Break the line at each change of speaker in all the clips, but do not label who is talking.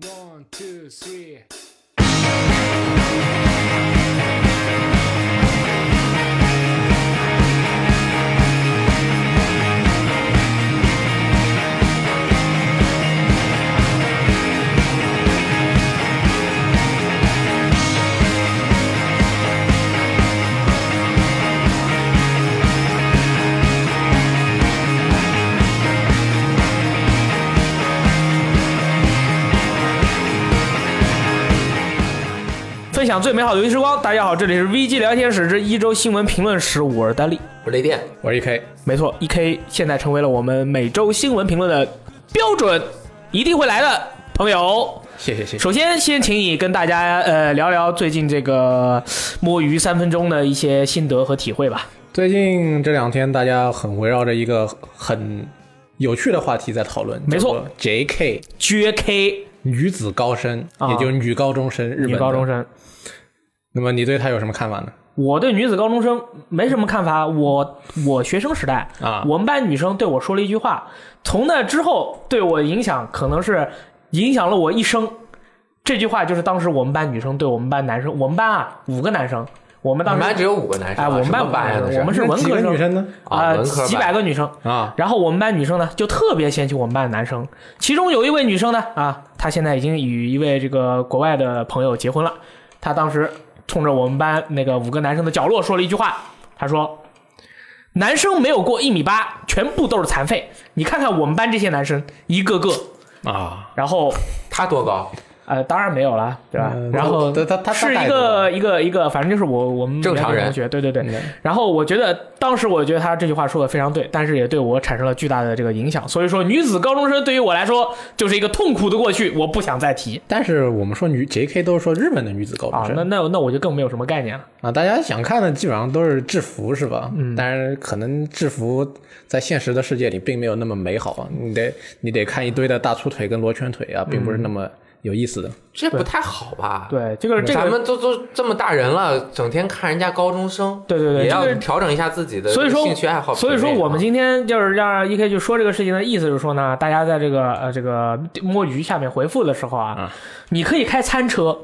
One, two, three.
分享最美好的游戏时光。大家好，这里是 VG 聊天室之一周新闻评论室，我是丹力。
我雷电，
我是 E EK，
没错，EK 现在成为了我们每周新闻评论的标准，一定会来的朋友。
谢谢谢谢。
首先，先请你跟大家呃聊聊最近这个摸鱼三分钟的一些心得和体会吧。
最近这两天，大家很围绕着一个很有趣的话题在讨论，
没错
叫做，JK
JK
女子高生，
啊
也就是女高中生，日本
女
的
高中。生，
那么你对她有什么看法呢？
我对女子高中生没什么看法。我我学生时代
啊
我们班女生对我说了一句话，从那之后对我影响可能是影响了我一生。这句话就是当时我们班女生对我们班男生，我们班啊五个男生，我们
你
当
们
时
班只有五个男生啊，
哎我们
什
班
么班呀
五个男生
那是
我们是文科
那几
生
个女生呢？
啊、
啊文科班
几百个女生，
啊，
然后我们班女生呢，就特别嫌弃我们班的男生，其中有一位女生呢，啊，她现在已经与一位这个国外的朋友结婚了。她当时冲着我们班那个五个男生的角落说了一句话，她说：“男生没有过一米八，全部都是残废。你看看我们班这些男生，一个个。”
啊，
然后，
他多高？
呃，当然没有了，对吧？
嗯
然后
他他他
是
大
一
概多
个
高
一个一个，反正就是我我们
正
原
常
来的
人
同学，对对对。
嗯
然后我觉得当时我觉得他这句话说的非常对，但是也对我产生了巨大的这个影响。所以说，女子高中生对于我来说就是一个痛苦的过去，我不想再提
但是我们说女 JK 都是说日本的女子高中
啊。
生
那那那我就更没有什么概念了。
啊，大家想看的基本上都是制服是吧？嗯，但是可能制服在现实的世界里并没有那么美好啊，你得你得看一堆的大粗腿跟罗圈腿啊，并
嗯
不是那么有意思的。
这不太好吧？，
对，这个这
咱
个，
们都都这么大人了，整天看人家高中生，
对对对，
也
这
要
个
调整一下自己的
所以说
兴趣爱好品
所
味
以
啊。
说，我们今天就是让 E K 去说这个事情的意思，就是说呢，大家在这个呃这个摸鱼下面回复的时候啊，
啊
你可以开餐车。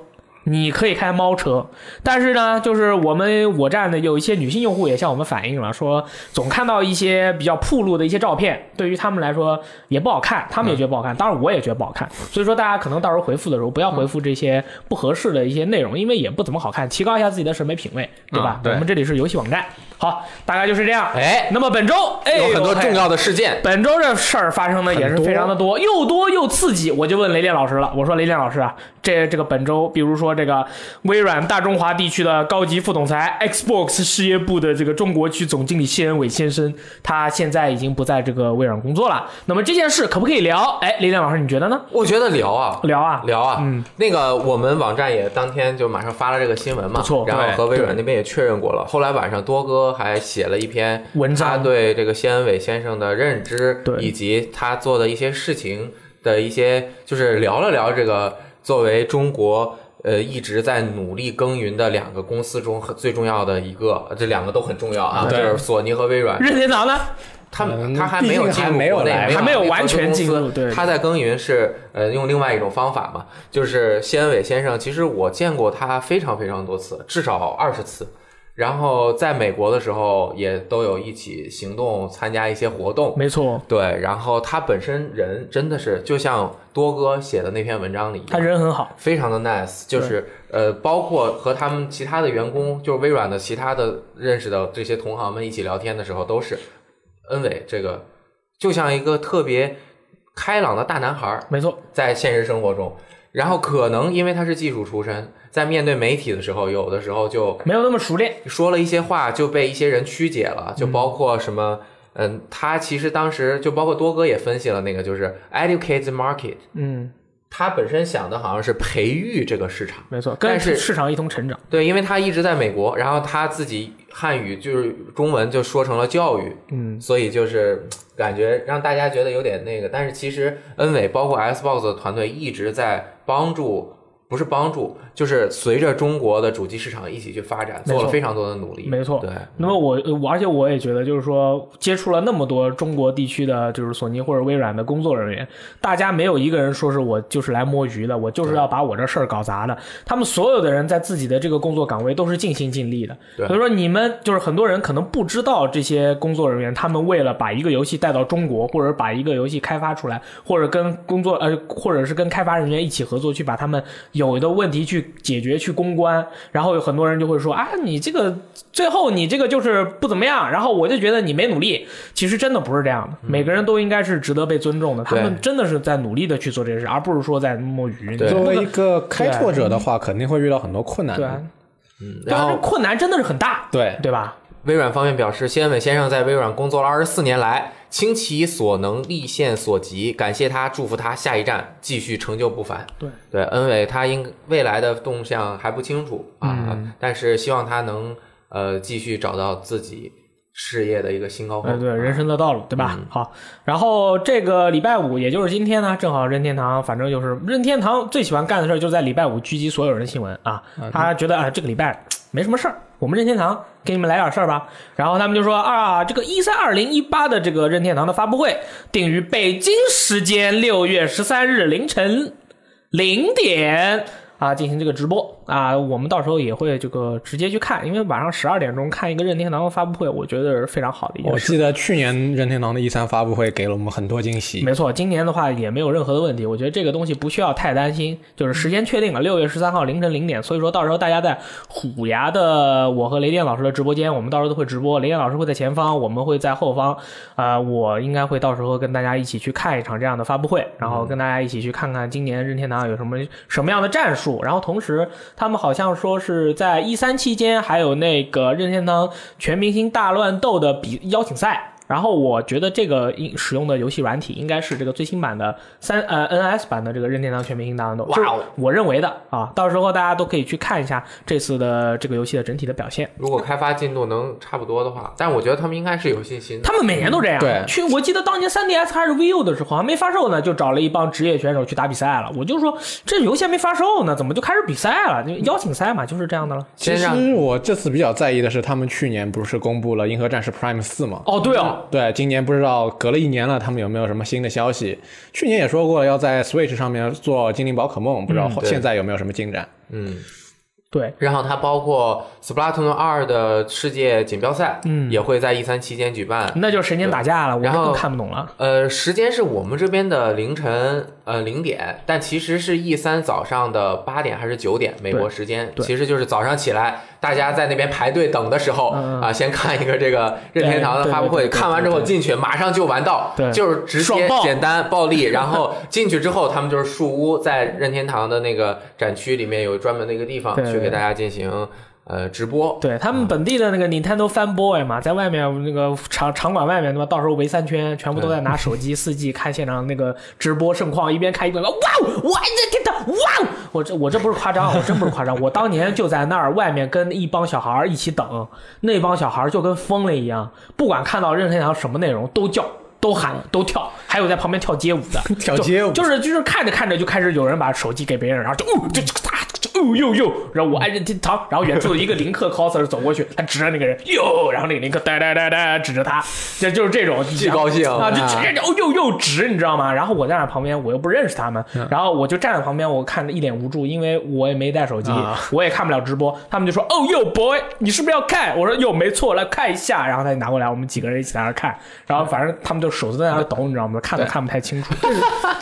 你可以开猫车，但是呢，就是我们我站的有一些女性用户也向我们反映了，说总看到一些比较铺路的一些照片，对于他们来说也不好看，他们也觉得不好看，当然我也觉得不好看。所以说，大家可能到时候回复的时候不要回复这些不合适的一些内容，因为也不怎么好看，提高一下自己的审美品味，对吧？
啊对
我们这里是游戏网站，好，大概就是这样。
哎，
那么本周哎
有很多
呦嘿
重要的事件，
本周这事儿发生的也是非常的多，又多又刺激。我就问雷电老师了，我说雷电老师啊，这这个本周，比如说这个微软大中华地区的高级副总裁，Xbox 事业部的这个中国区总经理谢仁伟先生，他现在已经不在这个微软工作了。那么这件事可不可以聊？哎，雷电老师，你觉得呢？
我觉得聊啊。
聊啊，
聊啊，
嗯，
那个我们网站也当天就马上发了这个新闻嘛，
不错
然后
对
和微软那边也确认过了。后来晚上多哥还写了一篇
文章
他对这个谢恩伟先生的认知
对，
以及他做的一些事情的一些，就是聊了聊这个作为中国。呃，一直在努力耕耘的两个公司中很最重要的一个，这两个都很重要啊，就
对
是索尼和微软。
任天堂呢？
他们
嗯
他还没有
毕竟
进
还
入
没有
国内，
来
还没有完全进入
合资公司
对
他在耕耘是呃用另外一种方法嘛，就是谢恩伟先生，其实我见过他非常非常多次，至少二十次。然后在美国的时候也都有一起行动，参加一些活动。
没错，
对，然后他本身人真的是就像多哥写的那篇文章里一样，
他人很好。
非常的 nice，就是呃，包括和他们其他的员工，就是微软的其他的认识的这些同行们一起聊天的时候，都是恩伟这个就像一个特别开朗的大男孩儿，
没错，
在现实生活中，然后可能因为他是技术出身，在面对媒体的时候，有的时候就
没有那么熟练。
说了一些话就被一些人曲解了，就包括什么，嗯，他其实当时就包括多哥也分析了那个，就是 educate the market。
嗯，
他本身想的好像是培育这个市场，
没错，跟
但是
市场一同成长。
对，因为他一直在美国，然后他自己汉语就是中文就说成了教育，
嗯，
所以就是嘖感觉让大家觉得有点那个，但是其实恩伟包括 Xbox 的团队一直在帮助。不是帮助，就是随着中国的主机市场一起去发展，
没错
做了非常多的努力。
没错
对，
那么我呃我而且我也觉得，就是说接触了那么多中国地区的，就是索尼或者微软的工作人员，大家没有一个人说是我就是来摸鱼的，我就是要把我这事儿搞砸的。他们所有的人在自己的这个工作岗位都是尽心尽力的。
对
所以说你们就是很多人可能不知道这些工作人员，他们为了把一个游戏带到中国，或者把一个游戏开发出来，或者跟工作呃，或者是跟开发人员一起合作，去把他们有的问题去解决、去公关。然后有很多人就会说啊，你这个最后你这个就是不怎么样，然后我就觉得你没努力。其实真的不是这样的，每个人都应该是值得被尊重的。他
嗯对
们真的是在努力的去做这件事，而不是说在摸鱼。
对
作
不
为
能
一个开拓者的话，肯定会遇到很多困难
对
的。
啊，
嗯然
但是
后
困难真的是很大，
对
对吧？
微软方面表示，谢恩伟先生在微软工作了二十四年来，倾其所能，力限所及，感谢他，祝福他下一站继续成就不凡。
对
对，恩伟他应未来的动向还不清楚啊，
嗯
但是希望他能呃继续找到自己事业的一个新高
哎，
峰。嗯
对，人生的道路，对吧？好，然后这个礼拜五，也就是今天呢，正好任天堂，反正就是任天堂最喜欢干的事儿，就是在礼拜五聚集所有人新闻啊。他觉得啊，这个礼拜没什么事儿，我们任天堂给你们来点事儿吧。然后他们就说啊，这个一三二零一八的这个任天堂的发布会定于北京时间六月十三日凌晨零点啊进行这个直播啊，我们到时候也会这个直接去看，因为晚上十二点钟看一个任天堂的发布会，我觉得是非常好的一件
我
事。
记得去年任天堂的 E 3发布会给了我们很多惊喜。
没错，今年的话也没有任何的问题，我觉得这个东西不需要太担心，就是时间确定了，六月十三号凌晨零点，所以说到时候大家在虎牙的我和雷电老师的直播间，我们到时候都会直播，雷电老师会在前方，我们会在后方，呃，我应该会到时候跟大家一起去看一场这样的发布会，然后跟大家一起去看看今年任天堂有什么什么样的战术，然后同时他们好像说是在一三期间还有那个任天堂全明星大乱斗的比邀请赛。然后我觉得这个应使用的游戏软体应该是这个最新版的三呃 NS 版的这个任天堂全明星大乱斗，
哇
这是
哦
我认为的啊，到时候大家都可以去看一下这次的这个游戏的整体的表现。
如果开发进度能差不多的话，但我觉得他们应该是有信心的。
他们每年都这样。
对
去我记得当年 3DS 还是 VU 的时候，还没发售呢，就找了一帮职业选手去打比赛了。我就说这游戏还没发售呢，怎么就开始比赛了？就邀请赛嘛，就是这样的了。
其
先让
实我这次比较在意的是，他们去年不是公布了《银河战士 Prime 四》吗？
哦，对哦，
对，今年不知道隔了一年了，他们有没有什么新的消息？去年也说过要在 Switch 上面做精灵宝可梦，不知道后
对
现在有没有什么进展？
嗯，
对，
然后它包括 Splatoon 二的世界锦标赛，
嗯
也会在 E 三期间举办。
那就是神仙打架了，我
然后
更看不懂了。
呃，时间是我们这边的凌晨呃零点，但其实是 E 三早上的八点还是九点美国时间，
对
其实就是早上起来大家在那边排队等的时候
嗯嗯
啊，先看一个这个任天堂的发布
对对
会，
对对
看完之后
对对
进去马上就完到
对，
就是直
爽
接
爆
简单暴力，然后进去之后他们就是树屋，在任天堂的那个展区里面有专门的一个地方
对
去给大家进行呃直播，
对他们本地的那个 Nintendo fanboy 嘛，在外面那个场场馆外面，对吧？到时候围三圈，全部都在拿手
嗯
机四 G 看现场那个直播盛况，一边看一边哇哦，我这天堂哇哦！我这我这不是夸张，我真不是 夸张，我当年就在那儿外面跟一帮小孩儿一起等，那帮小孩儿就跟疯了一样，不管看到任天堂什么内容都叫。都喊都跳，还有在旁边跳街舞的，
跳街舞
就就
嗯
是就是看着看着就开始有人把手机给别人，然后就哦就就就哦呦呦，然后我爱任天堂，然后远处的一个林克 coser 走过去，他指着那个人哟，然后那个林克哒哒哒哒指着他，这就是这种
巨高兴
啊，就
啊
直接就哦呦呦指，你知道吗？然后我在那旁边，我又不认识他们，
嗯
然后我就站在旁边，我看着一脸无助，因为我也没带手机
啊，
我也看不了直播，他们就说哦呦 boy，你是不是要看？我说哟没错，来看一下，然后他就拿过来，我们几个人一起在那儿看，然后反正他们就手都在那儿抖，你知道吗？看都
对
看不太清楚。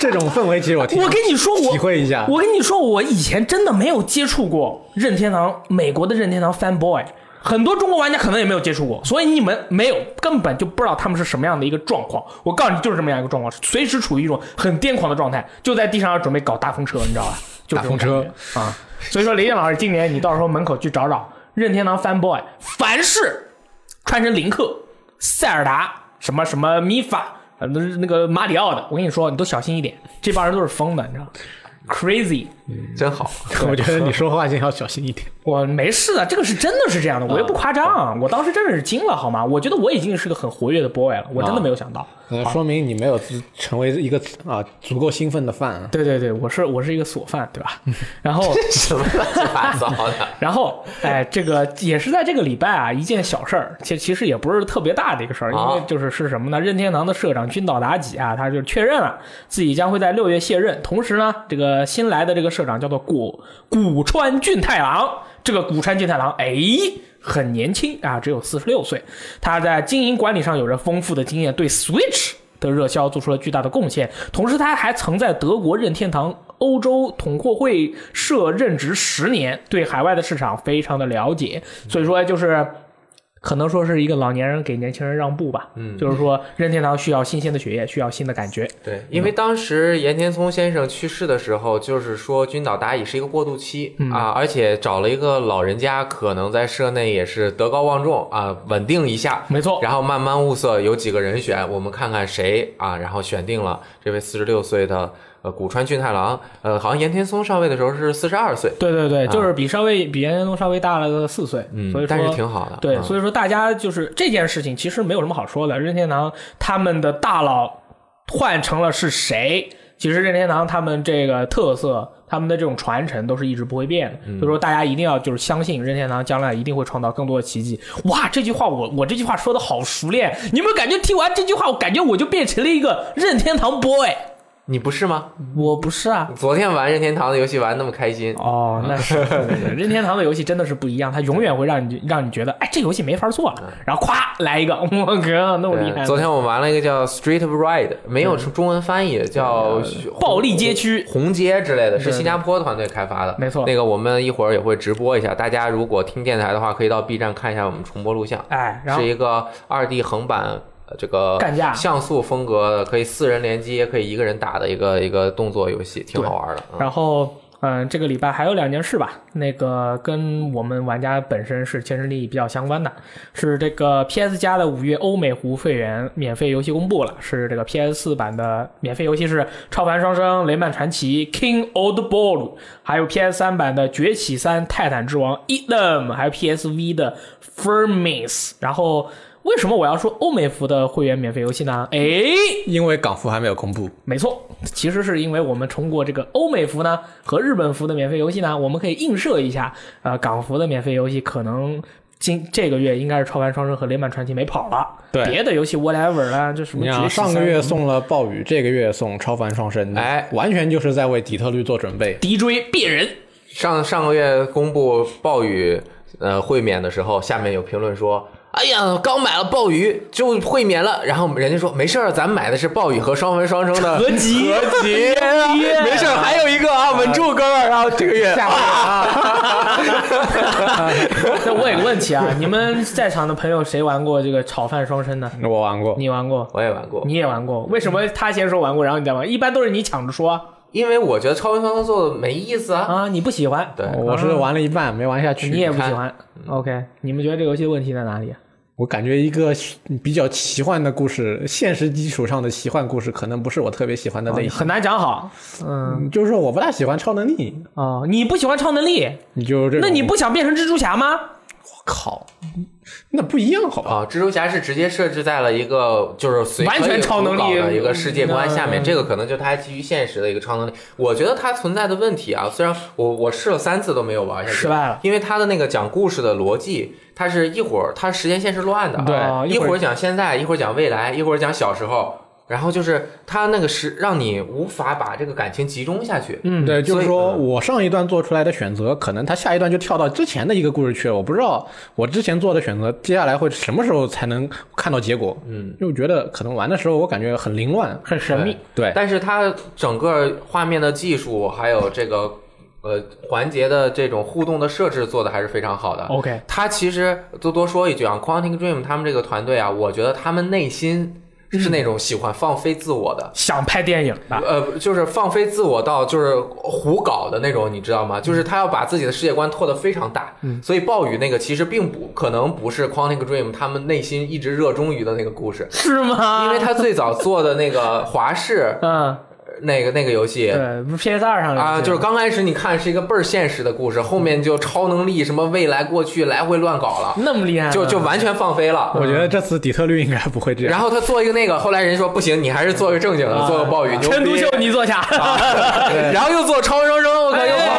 这种氛围其实我挺
我跟你说，我
体会一下
我跟你说，我以前真的没有接触过任天堂，美国的任天堂 fanboy，很多中国玩家可能也没有接触过，所以你们没有根本就不知道他们是什么样的一个状况。我告诉你，就是这么样一个状况，随时处于一种很癫狂的状态，就在地上要准备搞大风车，你知道吧？就这种
大风
感觉啊。所以说，雷电老师，今年你到时候门口去找找任天堂 fanboy，凡是穿成林克、塞尔达什么什么米法，呃，那个马里奥的，我跟你说，你都小心一点，这帮人都是疯的，你知道吗？Crazy，
真好。
我觉得你说话先要小心一点。
我没事啊的，这个是真的是这
啊
样的，我又不夸张，我当时真的是惊了，好吗？我觉得我已经是个很活跃的 boy 了，我真的没有想到，
呃，说明你没有自成为一个啊足够兴奋的饭啊。
对对对，我是我是一个锁饭，对 吧？然后
什么乱七八糟的？
然后，哎，这个也是在这个礼拜啊，一件小事儿，其其实也不是特别大的一个事儿，因
啊
为就是是什么呢？任天堂的社长君岛达己啊，他就确认了自己将会在六月卸任，同时呢，这个新来的这个社长叫做古古川俊太郎，这个古川俊太郎，哎。很年轻啊，只有四十六岁。他在经营管理上有着丰富的经验，对 Switch 的热销做出了巨大的贡献。同时，他还曾在德国任天堂欧洲统货会社任职十年，对海外的市场非常的了解。所以说，就是可能说是一个老年人给年轻人让步吧。嗯，就是说任天堂需要新鲜的血液，需要新的感觉。
对，因
嗯
为当时岩田聪先生去世的时候，就是说君岛达乙是一个过渡期、
嗯
啊，而且找了一个老人家，可能在社内也是德高望重啊，稳定一下，
没错，
然后慢慢物色有几个人选，我们看看谁啊，然后选定了这位四十六岁的呃古川俊太郎，呃，好像岩田聪上位的时候是四十二岁，
对对对，
啊
就是比稍微比袁天东稍微大了个四岁，
嗯
所以，说
但是挺好的，
对，
嗯
所以说大家就是这件事情其实没有什么好说的。任天堂他们的大佬换成了是谁，其实任天堂他们这个特色。他们的这种传承都是一直不会变的，所以说大家一定要就是相信任天堂将来一定会创造更多的奇迹。哇，这句话我我这句话说的好熟练，你有没有感觉听完这句话，我感觉我就变成了一个任天堂 boy？
你不是吗？
我不是啊，
昨天玩任天堂的游戏玩那么开心，
哦，那是对对 对任天堂的游戏真的是不一样，它永远会让你让你觉得，哎，这游戏没法做了，然后咵来一个，我靠，那么厉害
嗯对，昨天我玩了一个叫 Street of Ride，没有
嗯
中文翻译，叫
暴力街区，
红街之类的，是
对
新加坡团队开发的，
没错
那个我们一会儿也会直播一下，大家如果听电台的话，可以到 B 站看一下我们重播录像，
哎，然后
是一个二 D 横版。呃这个
干架
像素风格的，可以四人联机，也可以一个人打的一个一个动作游戏，挺好玩的。嗯
然后，嗯，这个礼拜还有两件事吧，那个跟我们玩家本身是切身利益比较相关的，是这个 PS 加的五月欧美湖会员免费游戏公布了，是这个 PS 四版的免费游戏是《超凡双生》《雷曼传奇》《King of the Ball》，还有 PS 三版的《崛起三》《泰坦之王》《e d e m 还有 PSV 的《Firmis》，然后。为什么我要说欧美服的会员免费游戏呢？诶，
因为港服还没有公布，
没错，其实是因为我们通过这个欧美服呢和日本服的免费游戏呢，我们可以映射一下，呃，港服的免费游戏可能今这个月应该是《超凡双生》和《雷曼传奇》没跑了，
对
别的游戏 whatever 啦，这什么
你
崛起
想上个
三
月送了暴雨，这个月送超凡双生，
哎
完全就是在为底特律做准备。
敌追变人，
上上个月公布暴雨呃会免的时候，下面有评论说：“哎呀，刚买了暴雨就会免了。”然后人家说：“没事儿，咱买的是暴雨和双文双生的
合 集
合集，
集
没事儿，还有一个啊，稳住哥们儿。”然后这个月
下个月那我有个问题啊，你们在场的朋友谁玩过这个炒饭双生呢？
我玩过，
你玩过？
我也玩过，
你也玩过？为什么他先说玩过，然后你再玩？一般都是你抢着说
因为我觉得超文双生做的没意思啊。
啊，你不喜欢，
对，
我是玩了一半没玩下去。
你也不喜
看
欢。OK，你们觉得这个游戏的问题在哪里啊？
我感觉一个比较奇幻的故事，现实基础上的奇幻故事，可能不是我特别喜欢的类型。
很难讲好。嗯，
就是说我不大喜欢超能力，
哦，你不喜欢超能力，
你就这种
那你不想变成蜘蛛侠吗？
靠，那不一样好吧？
啊，蜘蛛侠是直接设置在了一个就是随
完全
可以
超能力
胡搞的一个世界观下面，
嗯
这个可能就它基于现实的一个超能力。我觉得它存在的问题啊，虽然我我试了三次都没有玩下去，
失败了
因为它的那个讲故事的逻辑，它是一会儿它时间线是乱的，
对
啊
一
一
会儿
会儿讲现在，一会儿讲未来，一会儿讲小时候，然后就是它那个是让你无法把这个感情集中下去，
嗯
对，就是
所
说
以
我上一段做出来的选择，可能他下一段就跳到之前的一个故事去了。我不知道我之前做的选择，接下来会什么时候才能看到结果？
嗯，
因为我觉得可能玩的时候我感觉很凌乱。
很神秘。
对，
但是它整个画面的技术，还有这个呃环节的这种互动的设置做的还是非常好的。
OK，
它其实多多说一句啊，Quantic Dream 他们这个团队啊，我觉得他们内心是那种喜欢放飞自我的。
想拍电影的，
呃，就是放飞自我到就是胡搞的那种，你知道吗？就是他要把自己的世界观拓得非常大，所以暴雨那个其实并不可能不是 Quantic Dream 他们内心一直热衷于的那个故事，
是吗？
因为他最早做的那个华视，
嗯，
那个那个游戏。
对不是 PS 二上
啊，就是是刚开始你看是一个倍儿现实的故事，后面就超能力什么未来过去来回乱搞了，
那么厉害呢，
就就完全放飞了。
我觉得这次底特律应该不会这样。
然后他做一个那个，后来人说不行，你还是做个正经
啊
的，做个暴 雨，
陈独秀
牛逼
你坐下，
然后又做超生生，我靠，
哎
又放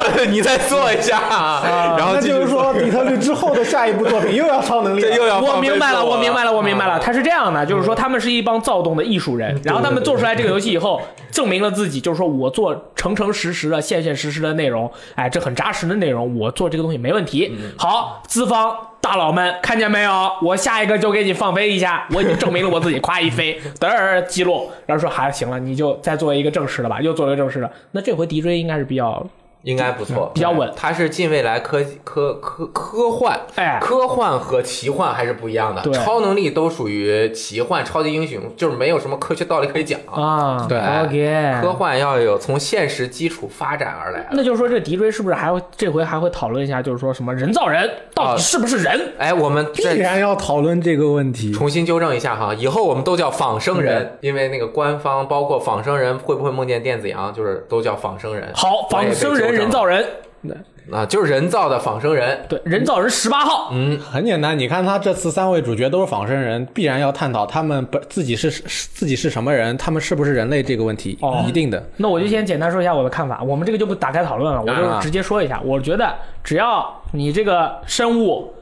飞了，你再做一下，啊
啊
然后
那
继
就是
续做，
说，底特律之后的下一部作品又要超能力
这又
了。
要
我
放飞嗯
明白了，
做
我明白了，我明白了，他是这样的，就是说他们是一帮躁动的艺术
嗯
人，然后他们做出来这个游戏以后，证明了自己，就是说我做诚诚实实的、现现实实的内容，哎，这很扎实的内容，我做这个东西没问题。
嗯
好，资方大佬们看见没有？我下一个就给你放飞一下，我已经证明了我自己，夸一飞，嘚儿击落，然后说还、行了，你就再做一个正式的吧，又做了一个正式的，那这回敌追应该是比较，
应该不
嗯
错，
比较稳
它是近未来科技科科科幻，
哎
科幻和奇幻还是不一样的
对。
超能力都属于奇幻、超级英雄，就是没有什么科学道理可以讲。
啊，
对
，OK，
科幻要有从现实基础发展而来的。
那就是说，这敌追是不是还会这回还会讨论一下，就是说什么人造人到底是不是人？
哎，我们
必
再
然要讨论这个问题。
重新纠正一下哈，以后我们都叫仿生人，因为那个官方包括仿生人会不会梦见电子羊，就是都叫仿生人。
好，
我
仿
也被
生
纠
人
正
人造人，
了啊，就是人造的仿生人。
对，人造人十八号，
嗯，
很简单，你看他这次三位主角都是仿生人，必然要探讨他们本自己是是自己是什么人，他们是不是人类这个问题，
哦
一定的。
那我就先简单说一下我的看法，我们这个就不打开讨论了，我就
啊
直接说一下。我觉得只要你这个生物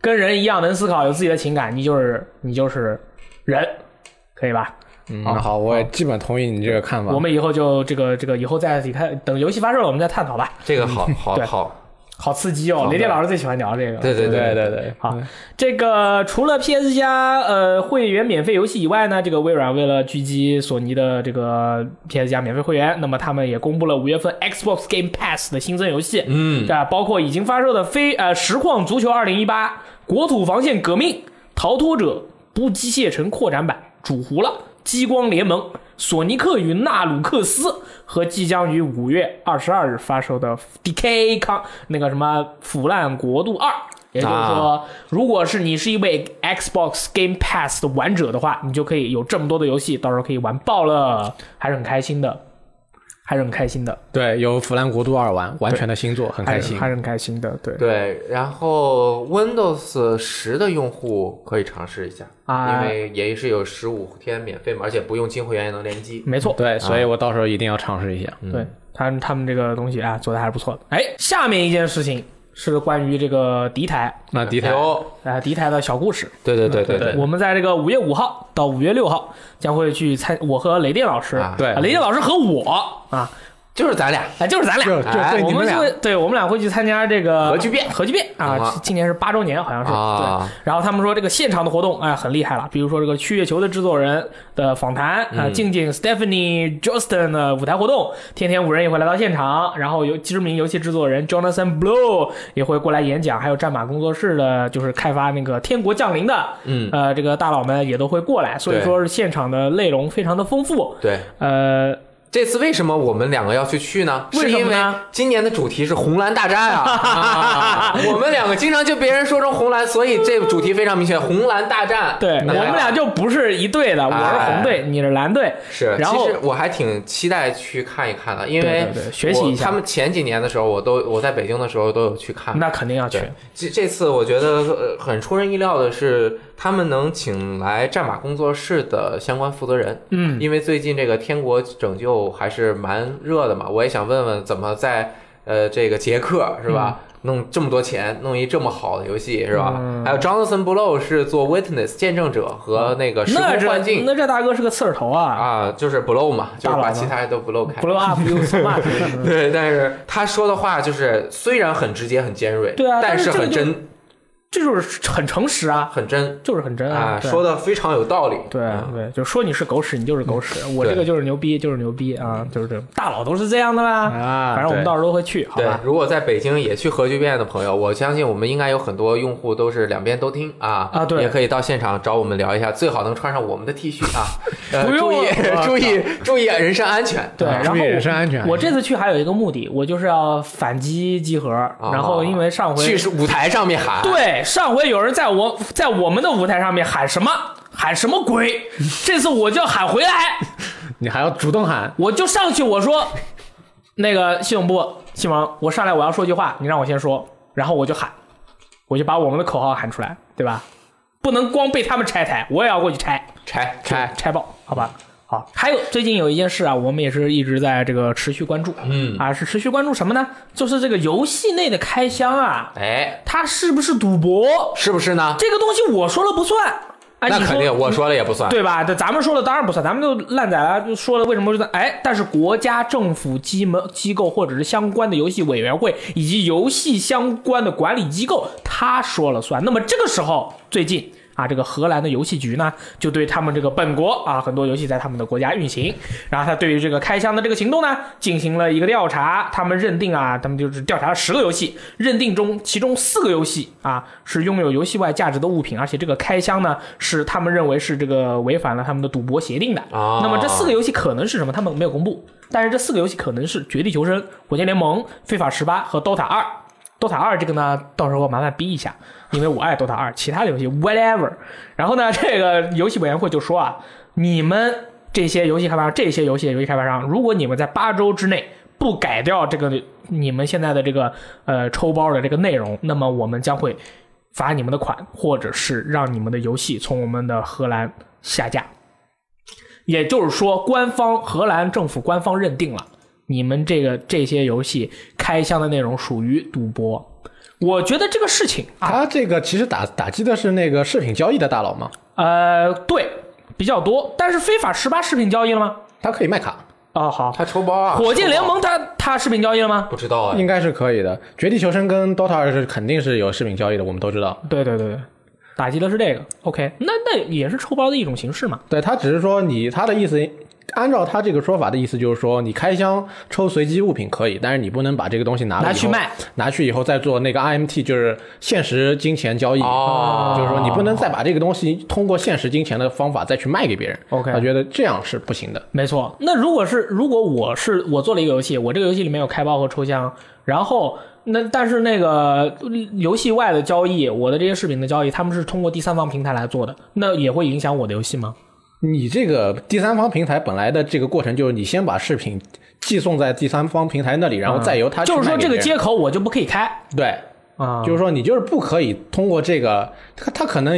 跟人一样能思考，有自己的情感，你就是你就是人，可以吧？
嗯，那好，我也基本同意你这个看法。
啊我们以后就这个这个以后再你看，等游戏发售了我们再探讨吧。
这个好好
对
好，
好刺激哦！雷电老师最喜欢聊这个，
对对
对
对
对对，
好，这个除了 PS 加呃会员免费游戏以外呢，这个微软为了狙击索尼的这个 PS 加免费会员，那么他们也公布了五月份 Xbox Game Pass 的新增游戏，
嗯
对，吧？啊包括已经发售的非呃《实况足球2018》、《国土防线革命》、《逃脱者》、《不机械城扩展版》、《主湖了》、《激光联盟》、《索尼克与纳鲁克斯》和即将于五月二十二日发售的《Decay 康》那个什么《腐烂国度二》。也就是
啊
说，如果是你是一位 Xbox Game Pass 的玩者的话，你就可以有这么多的游戏，到时候可以玩爆了，还是很开心的，还是很开心的，
对，有《腐烂国度二》玩，完全的新作，很
还
开
是
心。
还是很开心的，对。
对，然后 Windows 十的用户可以尝试一下，
啊
因为也是有十五天免费嘛，而且不用金会员也能联机。
没错，
对，所以我到时候一定要尝试一下。
嗯
对他们他们这个东西啊，做的还是不错的。哎，下面一件事情是关于这个敌台，
那迪台，
有，
啊、敌台的小故事。
对对对对
我们在这个五月五号到五月六号将会去参，我和雷电老师，
啊
对
雷电老师和我啊，
就是咱俩
哎，就是咱俩，
就就
哎
对
我
你
们
俩
会，对我们俩会去参加这个
核聚变嗯
核聚变
懂
啊
了，
今年是八周年，好像是。
啊
对。然后他们说这个现场的活动，哎，很厉害了，比如说这个《去月球》的制作人的访谈啊，
嗯
静静 Stephanie Johnston 的舞台活动，天天五人也会来到现场，然后有知名游戏制作人 Jonathan Blow 也会过来演讲，还有战马工作室的，就是开发那个《天国降临》的，
嗯，
呃，这个大佬们也都会过来，所以
对
说是现场的内容非常的丰富，
对。
呃，
这次为什么我们两个要去去呢？
为
是
什
因
么
为
呢
今年的主题是红蓝大战啊！ 啊我们两个经常就别人说成红蓝，所以这主题非常明确，红蓝大战。
对我
那啊
们俩就不是一队的，我是红队，你是蓝队，
是，
然后
其实我还挺期待去看一看的，因为
对对对学习一
我
下
他们前几年的时候，我都我在北京的时候都有去看。
那肯定要去。
啊对，这这次我觉得呃很出人意料的是，他们能请来战马工作室的相关负责人，
嗯，
因为最近这个《天国拯救》还是蛮热的嘛，我也想问问怎么在呃这个捷克是吧，
嗯
弄这么多钱，弄一这么好的游戏是吧？还有 Jonathan Blow 是做 Witness 见证者和那呃个时
嗯那
空幻
这
境。
那这大哥是个刺儿头啊
啊，就是 blow 嘛，就是
大佬
把
呢
其他人都 blow 开。
，blow up you so much。
对，但是他说的话就是虽然很直接、很尖锐，
对啊
但
但是这个
很
就
真、
这就是很诚实啊，
很真。
就是很真
啊，
对
说的非常有道理。
对
嗯
对，就说你是狗屎，你就是狗屎，我
对
这个就是牛逼，就是牛逼啊，就是这种大佬都是这样的啦。
啊，
反正我们
对
到时候都会去，好
嗯对啊
吧？
如果在北京也去核聚变的朋友，我相信我们应该有很多用户都是两边都听啊
啊对
也可以到现场找我们聊一下，最好能穿上我们的 T 恤 啊，呃
不用
注意
我
注意注意人身安全。
对，然
注
后
意人身安全。
我这次去还有一个目的，我就是要反击集合，然后因为上回
哦去是舞台上面喊，
对，上回有人在我在我们的舞台上面喊什么喊什么鬼，这次我就要喊回来，
你还要主动喊，
我就上去我说，那个系统部系王，我上来我要说句话，你让我先说，然后我就喊，我就把我们的口号喊出来，对吧？不能光被他们拆台，我也要过去拆
拆
拆，拆爆，好吧？好，还有最近有一件事啊，我们也是一直在这个持续关注，
嗯
啊，是持续关注什么呢？就是这个游戏内的开箱啊，
哎，
它是不是赌博？
是不是呢？
这个东西我说了不算，哎，
那
你
肯
说
定，我说了也不算。
对吧？对，咱们说的当然不算，咱们就烂仔了，就说了为什么就算哎，但是国家政府机门机构或者是相关的游戏委员会以及游戏相关的管理机构，他说了算。那么这个时候，最近啊，这个荷兰的游戏局呢，就对他们这个本国啊很多游戏在他们的国家运行，然后他对于这个开箱的这个行动呢，进行了一个调查，他们认定啊，他们就是调查了十个游戏，认定中其中四个游戏啊是拥有游戏外价值的物品，而且这个开箱呢是他们认为是这个违反了他们的赌博协定的。
啊
那么这四个游戏可能是什么？他们没有公布，但是这四个游戏可能是《绝地求生》《火箭联盟》《非法十八》和《DOTA 二》。DOTA 二这个呢，到时候麻烦逼一下，因为我爱 DOTA 二，其他的游戏 whatever。然后呢，这个游戏委员会就说啊，你们这些游戏开发商，这些游戏的游戏开发商，如果你们在八周之内不改掉这个你们现在的这个呃抽包的这个内容，那么我们将会罚你们的款，或者是让你们的游戏从我们的荷兰下架。也就是说，官方荷兰政府官方认定了你们这个这些游戏开箱的内容属于赌博。我觉得这个事情啊，
他这个其实打打击的是那个饰品交易的大佬嘛，
呃，对，比较多，但是非法十八视频交易了吗？
他可以卖卡，
哦，好，
他抽包啊！
火箭联
抽包
盟它它视频交易了吗？
不知道哎
应，该是可以的。绝地求生跟 DOTA 二是肯定是有饰品交易的，我们都知道。
对对对对，打击的是这个。OK，那那也是抽包的一种形式嘛。
对他只是说你他的意思，按照他这个说法的意思就是说，你开箱抽随机物品可以，但是你不能把这个东西拿了
拿
以后
去卖，
拿去以后再做那个 RMT，就是现实金钱交易。
哦
就是说你不能再把这个东西通过现实金钱的方法再去卖给别人。
OK
他觉得这样是不行的。
没错。那如果是如果我是我做了一个游戏，我这个游戏里面有开包和抽箱，然后那但是那个嗯游戏外的交易，我的这些视频的交易，他们是通过第三方平台来做的，那也会影响我的游戏吗？
你这个第三方平台本来的这个过程就是你先把视频寄送在第三方平台那里，然后再由他
嗯
去
就是说
卖给
这个
别人
接口我就不可以开
对，
啊
就是说你就是不可以通过这个，他他可能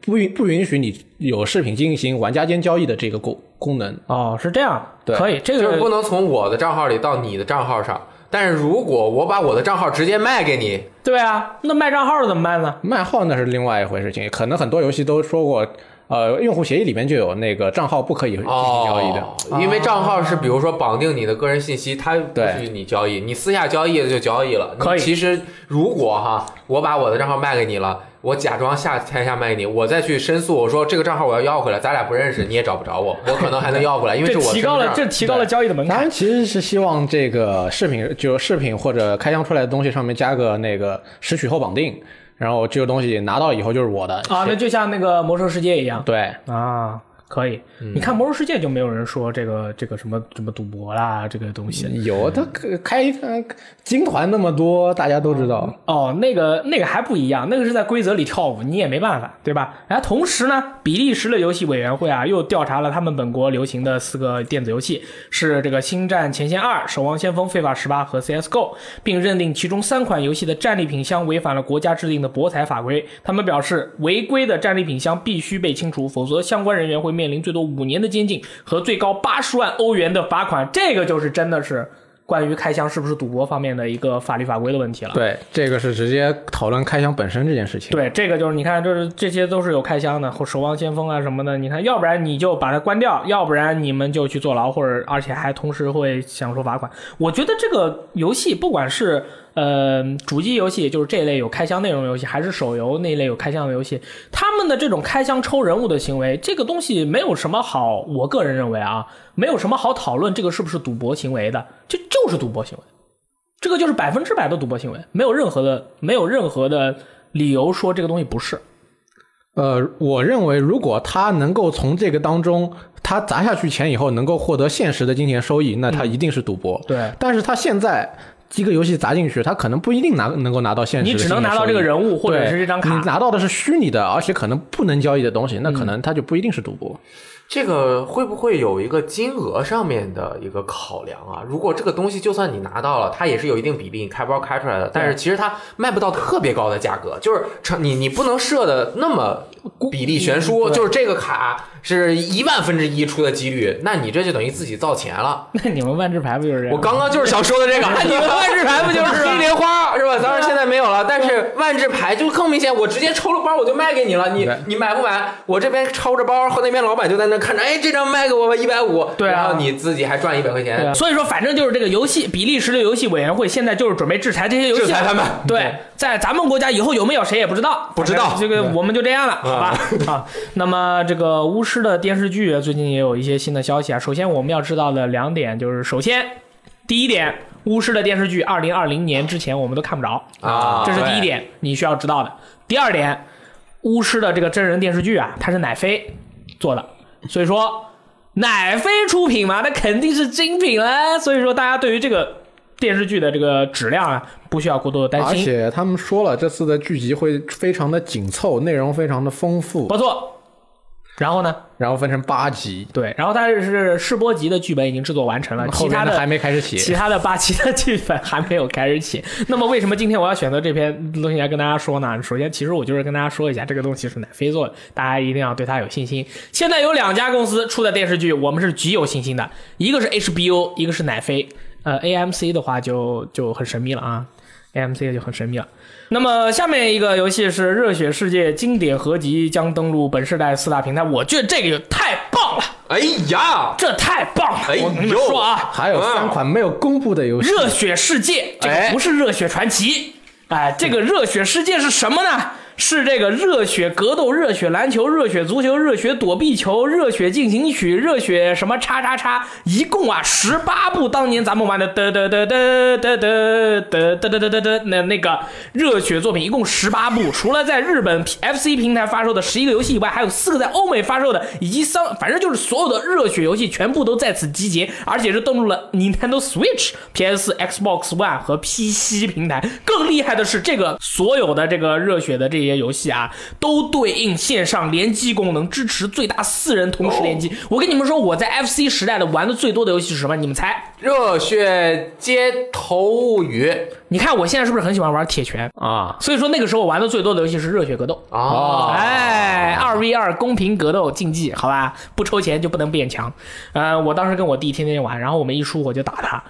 不允不允许你有视频进行玩家间交易的这个功功能。
哦，是这样，
对
可以，这
就是不
个
能从我的账号里到你的账号上。但是如果我把我的账号直接卖给你，
对啊，那卖账号的怎么办呢？
卖号那是另外一回事情，可能很多游戏都说过，呃，用户协议里面就有那个账号不可以进行交易的。
哦，因为账号是比如说绑定你的个人信息，它不许你交易，你私下交易就交易了。
可以
你其实如果哈，我把我的账号卖给你了，我假装下天下卖给你，我再去申诉，我说这个账号我要要回来，咱俩不认识，你也找不着我，我可能还能要回来，因为
这
是我
提高了
身份
这
证
提高了交易的门
当
槛
然，其实是希望这个视频，就是视频或者开箱出来的东西上面加个那个拾取后绑定，然后这个东西拿到以后就是我的
啊，那就像那个魔兽世界一样，
对，
啊，可以。你看《魔兽世界》就没有人说这个这个什么什么赌博啦，这个东西。
有他开一个金团那么多，大家都知道。
哦，那个那个还不一样，那个是在规则里跳舞，你也没办法，对吧？然后同时呢，比利时的游戏委员会啊，又调查了他们本国流行的四个电子游戏，是这个《星战前线二》《守望先锋》《非法十八》和《CS:GO》，并认定其中三款游戏的战利品箱违反了国家制定的博彩法规。他们表示，违规的战利品箱必须被清除，否则相关人员会面临最多五年的监禁和最高八十万欧元的罚款。这个就是真的是。关于开箱是不是赌博方面的一个法律法规的问题了。
对，这个是直接讨论开箱本身这件事情。
对，这个就是你看，就是这些都是有开箱的，或守望先锋啊什么的。你看，要不然你就把它关掉，要不然你们就去坐牢，或者而且还同时会享受罚款。我觉得这个游戏，不管是呃主机游戏，就是这类有开箱内容的游戏，还是手游那一类有开箱的游戏，他们的这种开箱抽人物的行为，这个东西没有什么好，我个人认为啊，没有什么好讨论这个是不是赌博行为的，这就是赌博行为。这个就是百分之百的赌博行为，没有任何的没有任何的理由说这个东西不是。
呃，我认为如果他能够从这个当中，他砸下去钱以后能够获得现实的金钱收益，那他一定是赌博。
对
但是他现在一个游戏砸进去，他可能不一定拿能够拿到现实
你
的
只能
金钱
拿到
收
这个
益
人物或者
对
是这张卡嗯
你拿到的是虚拟的，而且可能不能交易的东西，那可能他就不一定是赌博。
这个会不会有一个金额上面的一个考量啊？如果这个东西就算你拿到了，它也是有一定比例你开包开出来的，但是其实它卖不到特别高的价格，就是成你你不能设的那么比例悬殊，就是这个卡是一万分之一出的几率，那你这就等于自己造钱了。
那你们万智牌不就是这样？
我刚刚就是想说的 这个，哎你们万智牌不
啊
就是黑莲花是吧？当然现在没有了，但是万智牌就更明显，我直接抽了包我就卖给你了，你
对
你买不买？我这边抽着包，和那边老板就在那看着，哎，这张卖给我吧，一百五，
对啊
然后你自己还赚一百块
对
钱
啊，，所以说反正就是这个游戏比利时的游戏委员会现在就是准备制裁这些游戏
制裁他们。
对，在咱们国家以后有没有谁也不知道，
不知道
反正这个我们就这样了，好吧？ 啊，那么这个巫师的电视剧啊最近也有一些新的消息啊。首先我们要知道的两点就是，首先第一点，巫师的电视剧二零二零年之前我们都看不着
啊
这是第一
对
点你需要知道的。第二点，巫师的这个真人电视剧啊，它是奶飞做的，所以说奶飞出品嘛，那肯定是精品啦。所以说大家对于这个电视剧的这个质量啊，不需要过多的担
而
心。
且他们说了，这次的剧集会非常的紧凑，内容非常的丰富
不，错。然后呢？
然后分成八集，
对，然后它是世波集的剧本已经制作完成了，
后
啊其他
面
的
还没开始
其
写。
他的八期的剧本还没有开始写。那么为什么今天我要选择这篇东西来跟大家说呢？首先，其实我就是跟大家说一下，这个东西是奶飞做的，大家一定要对它有信心。现在有两家公司出的电视剧，我们是极有信心的， 一个是 HBO，一个是奶飞。呃，AMC 的话就就很神秘了啊。AMC 就很神秘了。那么下面一个游戏是《热血世界》经典合集将登陆本世代四大平台，我觉得这个太棒了，
哎呀，
这太棒了！
哎呦
我跟你们说啊，
还有三款没有公布的游戏，
热血世界，这个
哎
不是热血传奇，哎，这个热血世界是什么呢？是这个热血格斗、热血篮球、热血足球、热血躲避球、热血进行曲、热血什么叉叉叉，一共啊十八部。当年咱们玩的得得得得得得得得得得得得那那个热血作品，一共十八部。除了在日本 FC 平台发售的十一个游戏以外，还有四个在欧美发售的，以及三，反正就是所有的热血游戏全部都在此集结，而且是登陆了 Nintendo Switch、PS、Xbox One 和 PC 平台。更厉害的是，这个所有的这个热血的这些游戏啊，都对应线上联机功能，支持最大四人同时联机。我跟你们说，我在 FC 时代的玩的最多的游戏是什么？你们猜？
热血街头物语
你看我现在是不是很喜欢玩铁拳？
啊，
所以说那个时候我玩的最多的游戏是热血格斗。
啊，
哎，二 v 二公平格斗竞技，好吧，不抽钱就不能变强。呃，我当时跟我弟天天玩，然后我们一输我就打他。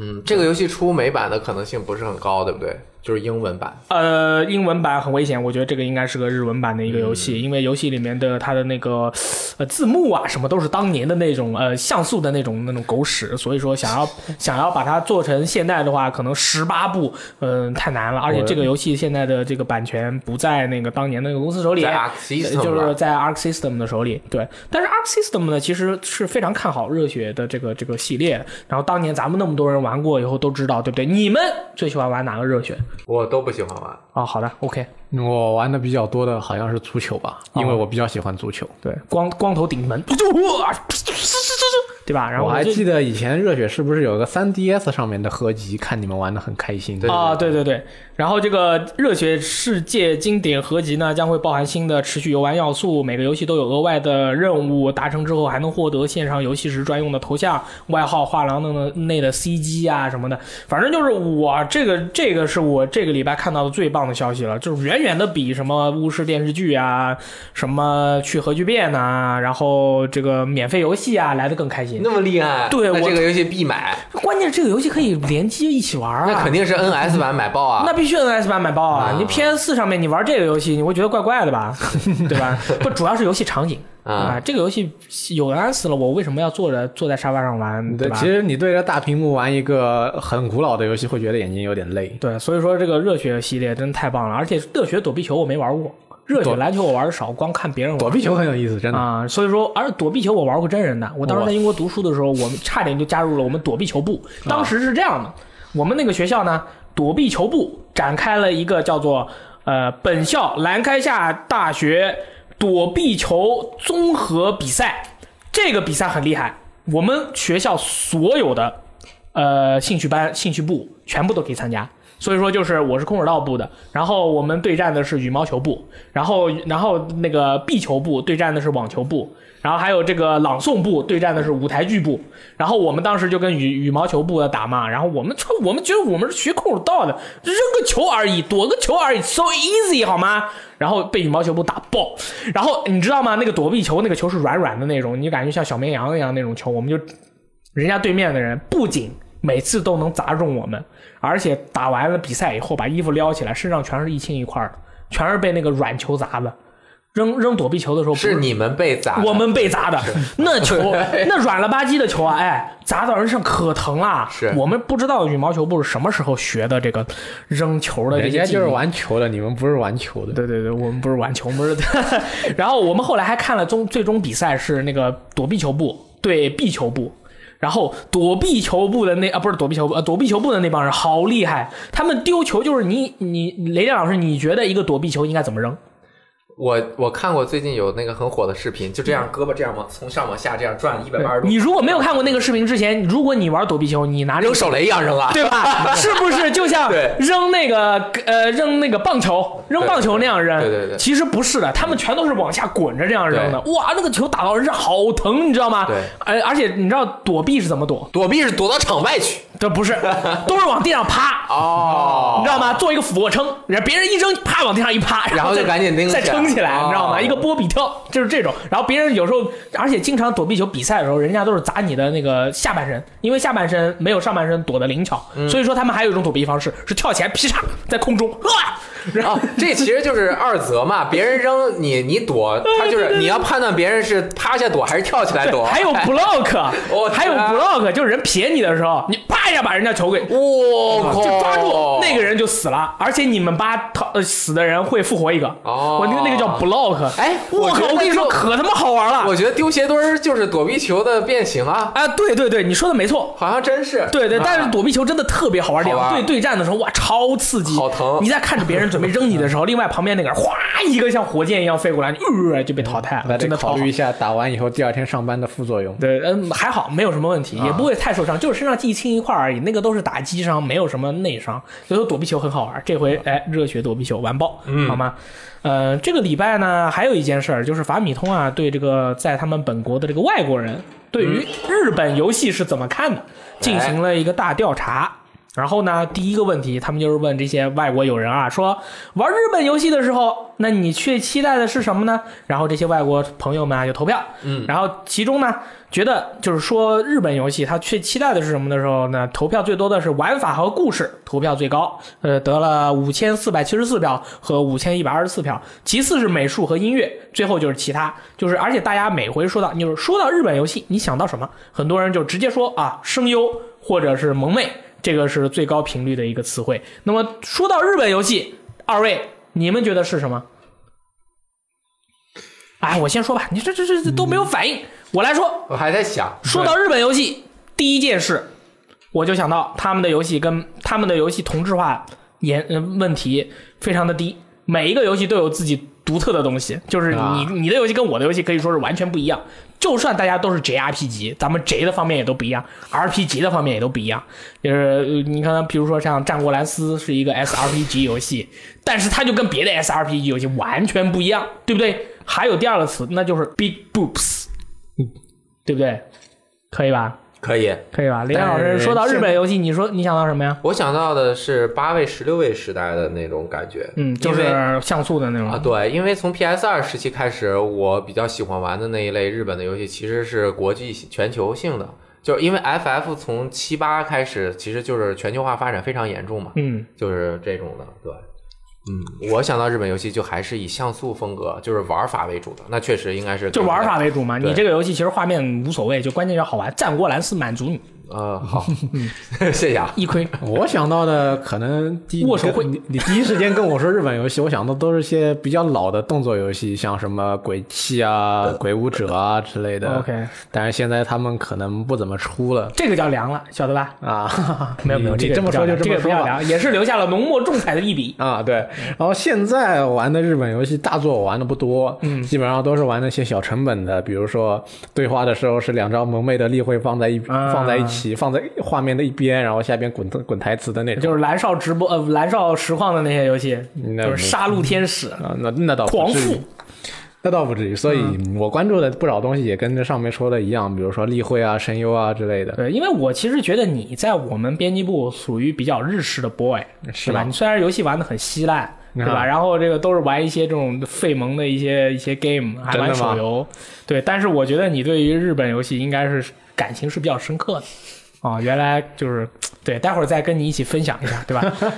嗯，这个游戏出美版的可能性不是很高，对不对？就是英文版，
呃，英文版很危险，我觉得这个应该是个日文版的一个游
嗯
戏，因为游戏里面的它的那个呃字幕啊什么都是当年的那种呃像素的那种那种狗屎，所以说想 要想要把它做成现代的话，可能十八部嗯、呃太难了，而且这个游戏现在的这个版权不在那个当年那个公司手里，呃
在 Arc System
就
吧
是在 Arc System 的手里。对，但是 Arc System 呢，其实是非常看好热血的这个这个系列。然后当年咱们那么多人玩过以后都知道，对不对？你们最喜欢玩哪个热血？
我都不喜欢玩。
哦，好的，OK，
我玩的比较多的好像是足球吧，
哦
因为我比较喜欢足球。
对，光光头顶门，哇对吧？然后
我还
就
记得以前热血是不是有个 3DS 上面的合集，看你们玩的很开心。
对
啊，对对对，然后这个热血世界经典合集呢，将会包含新的持续游玩要素，每个游戏都有额外的任务，达成之后还能获得线上游戏时专用的头像、外号、画廊等等内的 CG 啊什么的。反正就是我这个这个是我这个礼拜看到的最棒的消息了，就是远远的比什么巫师电视剧啊、什么去核聚变呐、然后这个免费游戏啊来的更开心。
那么厉害，
对
那
我
这个游戏必买，
关键是这个游戏可以联机一起玩啊，
那肯 定是 NS 版买爆啊。
那必须 NS 版买爆啊！
啊
你 PS 上面你玩这个游戏，你会觉得怪怪的 吧？对吧？不，主要是游戏场景
啊
啊。这个游戏有 NS 了，我为什么要坐着坐在沙发上玩？对
对，
吧
其？实你对着大屏幕玩一个很古老的游戏，会觉得眼睛有点累。
对，所以说这个热血系列真太棒了，而且热血躲避球我没玩过，热血
躲
篮球我玩的少，光看别人玩。
躲避球很有意思，真的。
啊、所以说，而躲避球我玩过真人的。我当时在英国读书的时候，我们差点就加入了我们躲避球部。当时是这样的，我们那个学校呢，躲避球部展开了一个叫做呃本校兰开夏大学躲避球综合比赛。这个比赛很厉害，我们学校所有的呃兴趣班、兴趣部全部都可以参加。所以说就是我是空手道部的，然后我们对战的是羽毛球部，然后然后那个壁球部对战的是网球部，然后还有这个朗诵部对战的是舞台剧部，然后我们当时就跟羽羽毛球部的打嘛，然后我们操，我们觉得我们是学空手道的，扔个球而已，躲个球而已，so easy 好吗？然后被羽毛球部打爆，然后你知道吗？那个躲避球，那个球是软软的那种，你感觉像小绵羊一样那种球，我们就人家对面的人不仅每次都能砸中我们，而且打完了比赛以后，把衣服撩起来，身上全是一青一块的，全是被那个软球砸的。扔扔躲避球的时候不
是你们被砸的，
我们被砸的 那球， 那软了吧唧的球啊，哎，砸到人上可疼啦。
是
我们不知道羽毛球部是什么时候学的这个扔球的这
人
些
家
技
就是
术。
玩球的，你们不是玩球的。
对对对，我们不是玩球，我们是。 然后我们后来还看了终最终比赛是那个躲避球部对壁球部，然后躲避球部的那啊不是躲避球部，呃躲避球部的那帮人好厉害，他们丢球就是你你雷电老师，你觉得一个躲避球应该怎么扔？
我我看过最近有那个很火的视频，就这样胳膊这样往从上往下这样转一百八十度，
嗯你如果没有看过那个视频之前，如果你玩躲避球，你拿这
扔
个
手雷一样扔啊，
对 吧？是不是就像
对
扔那个呃扔那个棒球扔棒球那样扔？
对对对
其实不是的，他们全都是往下滚着这样扔的。哇，那个球打到人是好疼，你知道吗？哎
对
而而且你知道躲避是怎么躲？
躲避是躲到场外去
这 不是，都是往地上趴。
哦
你知道吗？做一个俯卧撑，然后别人一扔，啪往地上一趴，
然后
再
就赶紧拎
再
起来
撑起来，你知道吗？
哦
一个波比跳就是这种。然后别人有时候，而且经常躲避球比赛的时候，人家都是砸你的那个下半身，因为下半身没有上半身躲得灵巧，
嗯
所以说他们还有一种躲避方式是跳起来劈叉在空中，啊，然后
啊，这其实就是二择嘛，别人扔你你躲，他就是你要判断别人是趴下躲还是跳起来
对
躲， 哎
还有 block，
我
还有
天啊
block，就是人撇你的时候，你啪一下把人家球给
哇靠，
就抓
哦
住那个人就死了，而且你们八逃呃死的人会复活一个。
哦
我那个那个叫 block。
哎
我
我觉
靠！
得
我跟你说，
就
可他妈好玩了。
我觉得丢鞋墩儿就是躲避球的变形啊，
啊，对对对，你说的没错。
好像真是。
对对，
啊
但是躲避球真的特别好玩，两
好玩
队对战的时候，哇，超刺激，
好疼
你在看着别人准备扔你 的时候，另外旁边那个人哗一个像火箭一样飞过来，你呃就被淘汰
那
了，
得
真的超
考
好
虑一。下打完以后第二天上班的副作用。
对，嗯，还好没有什么问题，也不会太受伤，就是身上一青一块而已，那个都是打击伤，没有什么内伤。所以说躲避球很好玩，这回哎，热血躲避球完爆，好吗？呃，这个礼拜呢，还有一件事儿，就是法米通啊，对这个在他们本国的这个外国人对于日本游戏是怎么看的，进行了一个大调查。然后呢，第一个问题，他们就是问这些外国友人啊，说玩日本游戏的时候，那你却期待的是什么呢？然后这些外国朋友们啊就投票，嗯，然后其中呢，觉得就是说日本游戏他却期待的是什么的时候呢，投票最多的是玩法和故事，投票最高，呃，得了五千四百七十四票和五千一百二十四票，其次是美术和音乐，最后就是其他，就是而且大家每回说到，就是说到日本游戏，你想到什么？很多人就直接说啊，声优或者是萌妹。这个是最高频率的一个词汇。那么说到日本游戏，二位你们觉得是什么？哎，我先说吧，你这这这这都没有反应，我来说。
我还在想，
说到日本游戏，第一件事我就想到他们的游戏跟他们的游戏同质化严呃问题非常的低，每一个游戏都有自己独特的东西，就是你、
啊
你的游戏跟我的游戏可以说是完全不一样。就算大家都是 JRPG，咱们 J 的方面也都不一样，RPG 的方面也都不一样。就是呃你看，比如说像《战国蓝斯》是一个 SRPG 游戏，但是它就跟别的 SRPG 游戏完全不一样，对不对？还有第二个词，那就是 Big Boobs，对不对？可以吧？
可以。
可以吧？雷电老师
但是
说到日
现
本游戏，你说你想到什么呀？
我想到的是八位、十六位时代的那种感觉，
嗯，就
因为
是像素的那种。
啊，对，因为从 PS 二时期开始，我比较喜欢玩的那一类日本的游戏其实是国际性全球性的，就是因为 FF 从七八开始，其实就是全球化发展非常严重嘛，
嗯，
就是这种的，对。嗯，我想到日本游戏就还是以像素风格，就是玩法为主的，那确实应该是
就玩法为主嘛。
对
你这个游戏其实画面无所谓，就关键要好玩。战国蓝斯满足你
呃好，
嗯
谢谢啊，
一 亏。
我想到的可能第一
握手会
你你第一时间跟我说日本游戏，我想到都是些比较老的动作游戏，像什么鬼泣啊、鬼舞者啊之类的。
OK
但是现在他们可能不怎么出了
这个叫凉了，晓得吧？
啊。哈哈
没有没有，
你
个
你这么
不叫
说
凉
就
这
么
个不嗯
说
叫
吧。
凉，也是留下了浓墨重彩的一笔。
啊，对，然后现在玩的日本游戏大作我玩的不多，嗯，基本上都是玩那些小成本的，比如说对话的时候是两张萌妹的例会放在一、
啊
放在一旗放在画面的一边，然后下边滚滚台词的那种。
就是蓝少直播呃蓝少实况的那些游戏，
那
就是
没
杀戮天使、
啊，那那倒不
狂
至
富
于，，那倒不至于。所以
嗯
我关注的不少东西也跟这上面说的一样，比如说例会啊、声优啊之类的。
对，因为我其实觉得你在我们编辑部属于比较日式的 boy，
是
对吧？
吗
你虽然游戏玩的很稀烂，对吧？
啊
然后这个都是玩一些这种费蒙的一些一些 game，还
真的
玩手
吗
游，对。但是我觉得你对于日本游戏应该是感情是比较深刻的。哦，原来就是对，待会儿再跟你一起分享一下，对吧？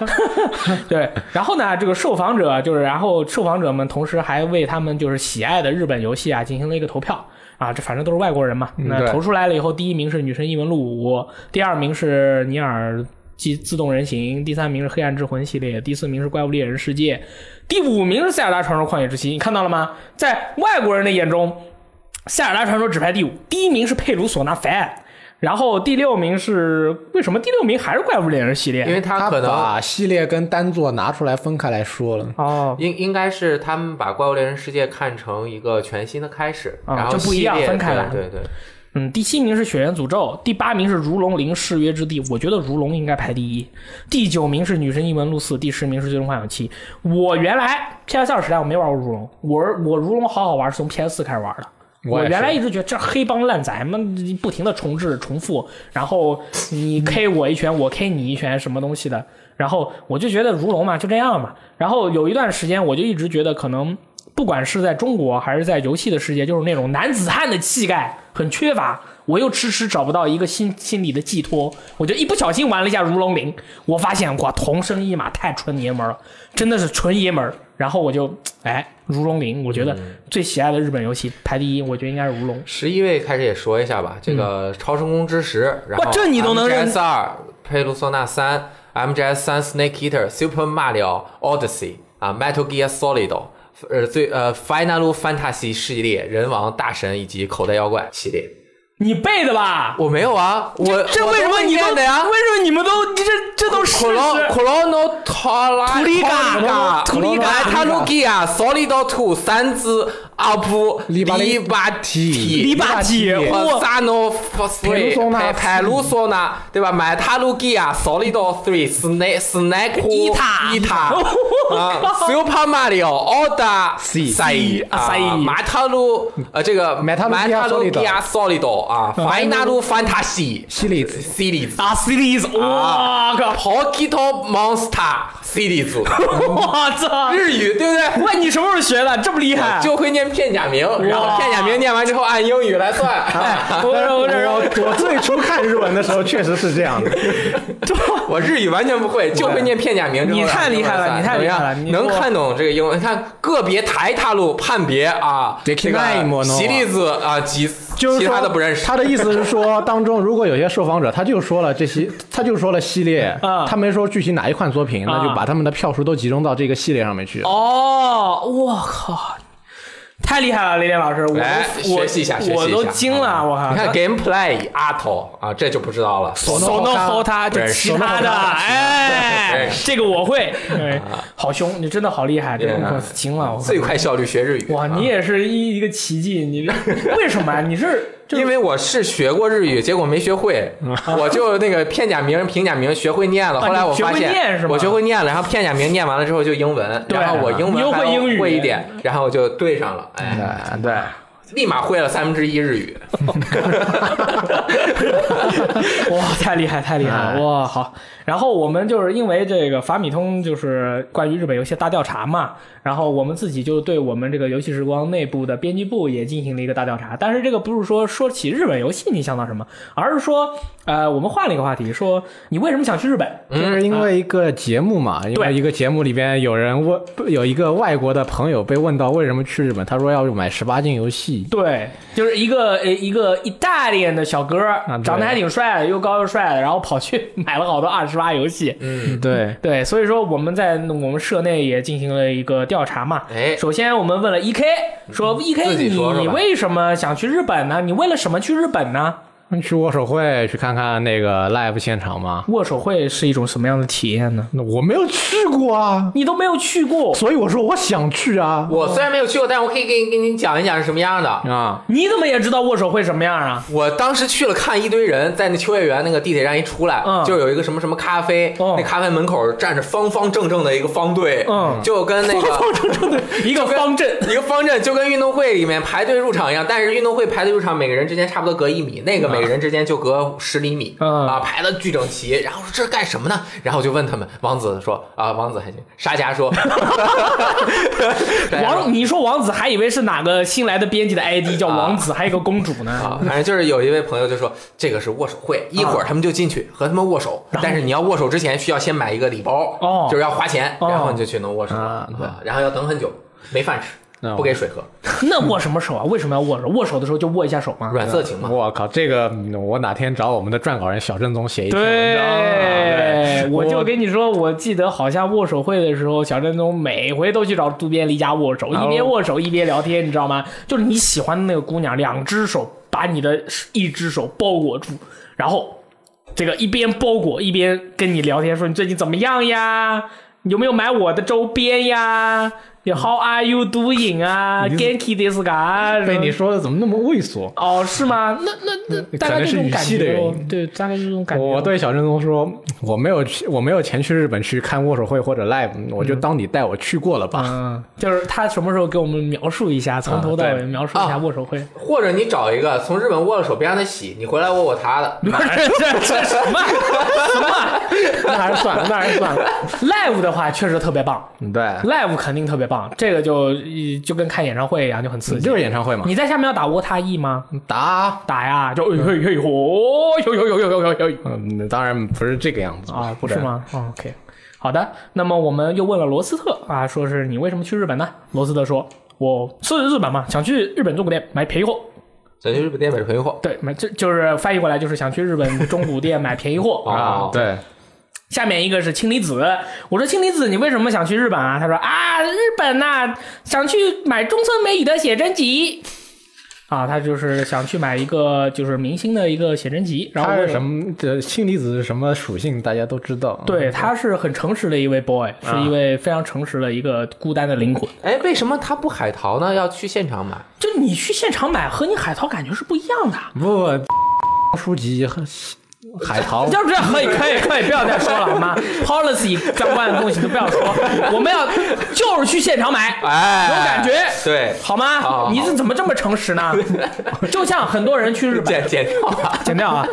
对，然后呢，这个受访者就是，然后受访者们同时还为他们就是喜爱的日本游戏啊进行了一个投票啊，这反正都是外国人嘛。
嗯
那
对
投出来了以后，第一名是《女神异闻录五》，第二名是《尼尔：机自动人形》，第三名是《黑暗之魂》系列，第四名是《怪物猎人世界》，第五名是《塞尔达传说：旷野之息》。你看到了吗？在外国人的眼中，《塞尔达传说》只排第五，第一名是佩鲁索纳凡，然后第六名是为什么第六名还是怪物猎人系列？
因为他可能
把系列跟单作拿出来分开来说了。
哦，
应应该是他们把《怪物猎人世界》看成一个全新的开始，
啊
然后
就不一样
系列
分开来
对对对，
嗯，第七名是《血缘诅咒》，第八名是《如龙零誓约之地》，我觉得《如龙》应该排第一。第九名是《女神异闻录四》，第十名是《最终幻想七》。我原来 PS 二时代我没玩过《如龙》，我我《如龙》好好玩是从 PS 四开始玩的。
我
我
也是
原来一直觉得这黑帮烂仔们不停的重置重复，然后
嗯
你 K 我一拳，我 K 你一拳，什么东西的，然后我就觉得如龙嘛，就这样嘛。然后有一段时间，我就一直觉得可能不管是在中国还是在游戏的世界，就是那种男子汉的气概很缺乏。我又迟迟找不到一个心心理的寄托，我就一不小心玩了一下《如龙零》，我发现哇，同生一马太纯爷们儿了，真的是纯爷们儿。然后我就哎，《如龙零》，我觉得
嗯
最喜爱的日本游戏排第一，我觉得应该是《如龙》。
十一位开始也说一下吧，这个《超时空之石》，然
嗯哇
后
这你都能认
S 二、佩鲁索纳三、MGS 三、Snake Eater、Super Mario Odyssey 啊、Metal Gear Solid。呃，最呃，Final Fantasy 系列、人王、大神以及口袋妖怪系列，
你背的吧？
我没有啊，我
这
我
为什
都
么
会
你都
念的呀？
为什么你们都这这都是事
啊恐龙
实？
恐龙 no 塔拉
图利嘎图利嘎
来塔鲁吉亚 solid two 三只阿布
利巴利
巴提
利巴提
我
我
萨诺
佩鲁索纳
派鲁索纳对吧？买塔鲁吉亚 solid three 斯奈斯奈库
伊塔
伊塔
我
啊
靠
，Super Mario Order
C
赛伊
啊赛伊
马塔鲁呃这个
买塔鲁基亚
solid 啊，Final Fantasy
系列
series
打 series，
啊
我靠！
Pocket Monster Series，
我操！
日语对 不对？
哇，你什么时候学的？这么厉害？
嗯就会念片假名，然后片假名念完之后按英语 来算。
我我
我
我
我最初看日文的时候确实是这样的，
我日语完全 不会，就会念片假名之后
你
按英文
太
算。
厉害了你太厉害了
怎么
你
样能
说
看懂这个英文？你看个别台踏路判别啊，这
で
个
きないものは
西粒子啊，其
就是
其
说
他的不认识。
他的意思是说，当中如果有些受访者，他就说了这些，他就说了系列
嗯
啊，
他没说具体哪一款作品，那就把他们的票数都集中到这个系列上面去。
哦，我靠！太厉害了，雷电老师，我
来
都我
哎学习一下，学习一下。
我都惊了，
啊
我靠！
你看 gameplay 阿头啊，这就不知道了。
手动后他就其他
手
的，
动
哎
对，啊
这个我会，对，好凶，你真的好厉害，这个
对啊
我惊了，我靠
最快效率学日语。
哇，
啊
你也是一一个奇迹，你这为什么啊？你是就是
因为我是学过日语，结果没学 会，我就那个片假名、平假名学会念了。
啊
后来我发
你学会念
现
是吗
我学会念了，然后片假名念完了之后就英文，
对啊
然后我英
你又
文
会
还
英语
会一点，然后我就对上了，哎，
哎对，
立马会了三分之一日语。
哇，太厉害，太厉害了！哇，好。然后我们就是因为这个法米通就是关于日本游戏大调查嘛，然后我们自己就对我们这个游戏时光内部的编辑部也进行了一个大调查。但是这个不是说说起日本游戏你想到什么，而是说呃，我们换了一个话题，说你为什么想去日本？
就是因为一个节目嘛，因为一个节目里边有人问，有一个外国的朋友被问到为什么去日本，他说要买十八禁游戏。
对，就是一个呃一个意大利人的小哥，
对
长得还挺帅的，又高又帅的，然后跑去买了好多二十八游戏。
嗯，
对，
对，所以说我们在我们社内也进行了一个调查嘛。
哎嗯
首先我们问了 E K，说 E
自
K
己
你
说说吧
为什么想去日本呢？你为了什么去日本呢？
你去握手会，去看看那个 live 现场吗？
握手会是一种什么样的体验呢？
那我没有去过啊，
你都没有去过，
所以我说我想去啊。
我虽然没有去过，但是我可以给你给你讲一讲是什么样的。
嗯
啊，
你怎么也知道握手会什么样 啊？
我当时去了，看一堆人在那秋叶原那个地铁站一出来，
嗯
就有一个什么什么咖啡，
哦
那咖啡门口站着方方正正的一个方队，
嗯
就跟那个
一个方阵，
一个方阵，就跟运动会里面排队入场一样，但是运动会排队入场，每个人之间差不多隔一米，那个每个人之间就隔十厘米，
嗯
啊，排的巨整齐。然后说这是干什么呢？然后我就问他们，王子说啊，王子还行，沙家说， 沙家说
王，你说王子还以为是哪个新来的编辑的 ID 叫王子，还有一个公主呢。
啊，反正就是有一位朋友就说这个是握手会，一会儿他们就进去和他们握手，
哦
但是你要握手之前需要先买一个礼包，
哦
就是要花钱，
哦
然后你就去能握手，
啊
对，然后要等很久，没饭吃
那，我
不给水喝，
那握什么手啊？为什么要握手？握手的时候就握一下手吗？
软色情嘛。
我靠，这个嗯我哪天找我们的撰稿人小正宗写一篇文章啊。
对，我就
我
跟你说，我记得好像握手会的时候，小振东每回都去找渡边离家握手，
然后
一边握手一边聊天，你知道吗？就是你喜欢的那个姑娘，两只手把你的一只手包裹住，然后这个一边包裹一边跟你聊天，说你最近怎么样呀？有没有买我的周边呀？你 How are you doing 啊
你
？Genki d i s
被你说的怎么那么猥琐？
哦，是吗？那那那，大概
可能
这
是
种
语
感
气的
觉
原
哦，
因
对，大概这种感觉哦。
我对小正宗说，我没有去，我没有钱去日本去看握手会或者 live，我就当你带我去过了吧。
嗯，就是他什么时候给我们描述一下，从头到
啊
尾
对
描述一下
啊
握手会？
或者你找一个从日本握了手别让他洗，你回来握握他的，
不是 这这什么什么？ 那还是算了，那还是算了。Live 的话确实特别棒
对，
，Live 肯定特别棒，这个就就跟看演唱会一样，就很刺激。
就是演唱会嘛。
你在下面要打沃塔 E 吗？
答，
打呀，就嘿哎嘿嘿嚯，哎呦呦呦呦呦呦
嗯，当然不是这个样子
啊，不是？吗、哦、？OK，好的。那么我们又问了罗斯特啊，说是你为什么去日本呢？罗斯特说，我是日本嘛，想去日本中国店买便宜货。
想去日本店买囤货
对，买就就是翻译过来就是想去日本中古店买便宜货
啊
啊。
啊，对，
下面一个是氢离子，我说氢离子，你为什么想去日本啊？他说啊，日本呐、想去买中村美宇的写真集。啊，他就是想去买一个就是明星的一个写真集，然后
他
为
是
了
什么？这氢离子是什么属性？大家都知道。
对，他是很诚实的一位
啊
boy，是一位非常诚实的一个孤单的灵魂。
哎，为什么他不海淘呢？要去现场买？
就你去现场买和你海淘感觉是不一样的。
不不，书籍和海淘
就这可以可以可以，不要再说了好 吗？policy 相关的东西都不要说，我们要就是去现场买，
哎，
有感觉
对，
啊好
好
吗？
好
你是怎么这么诚实呢？就像很多人去日 本
剪剪掉吧。
剪掉啊！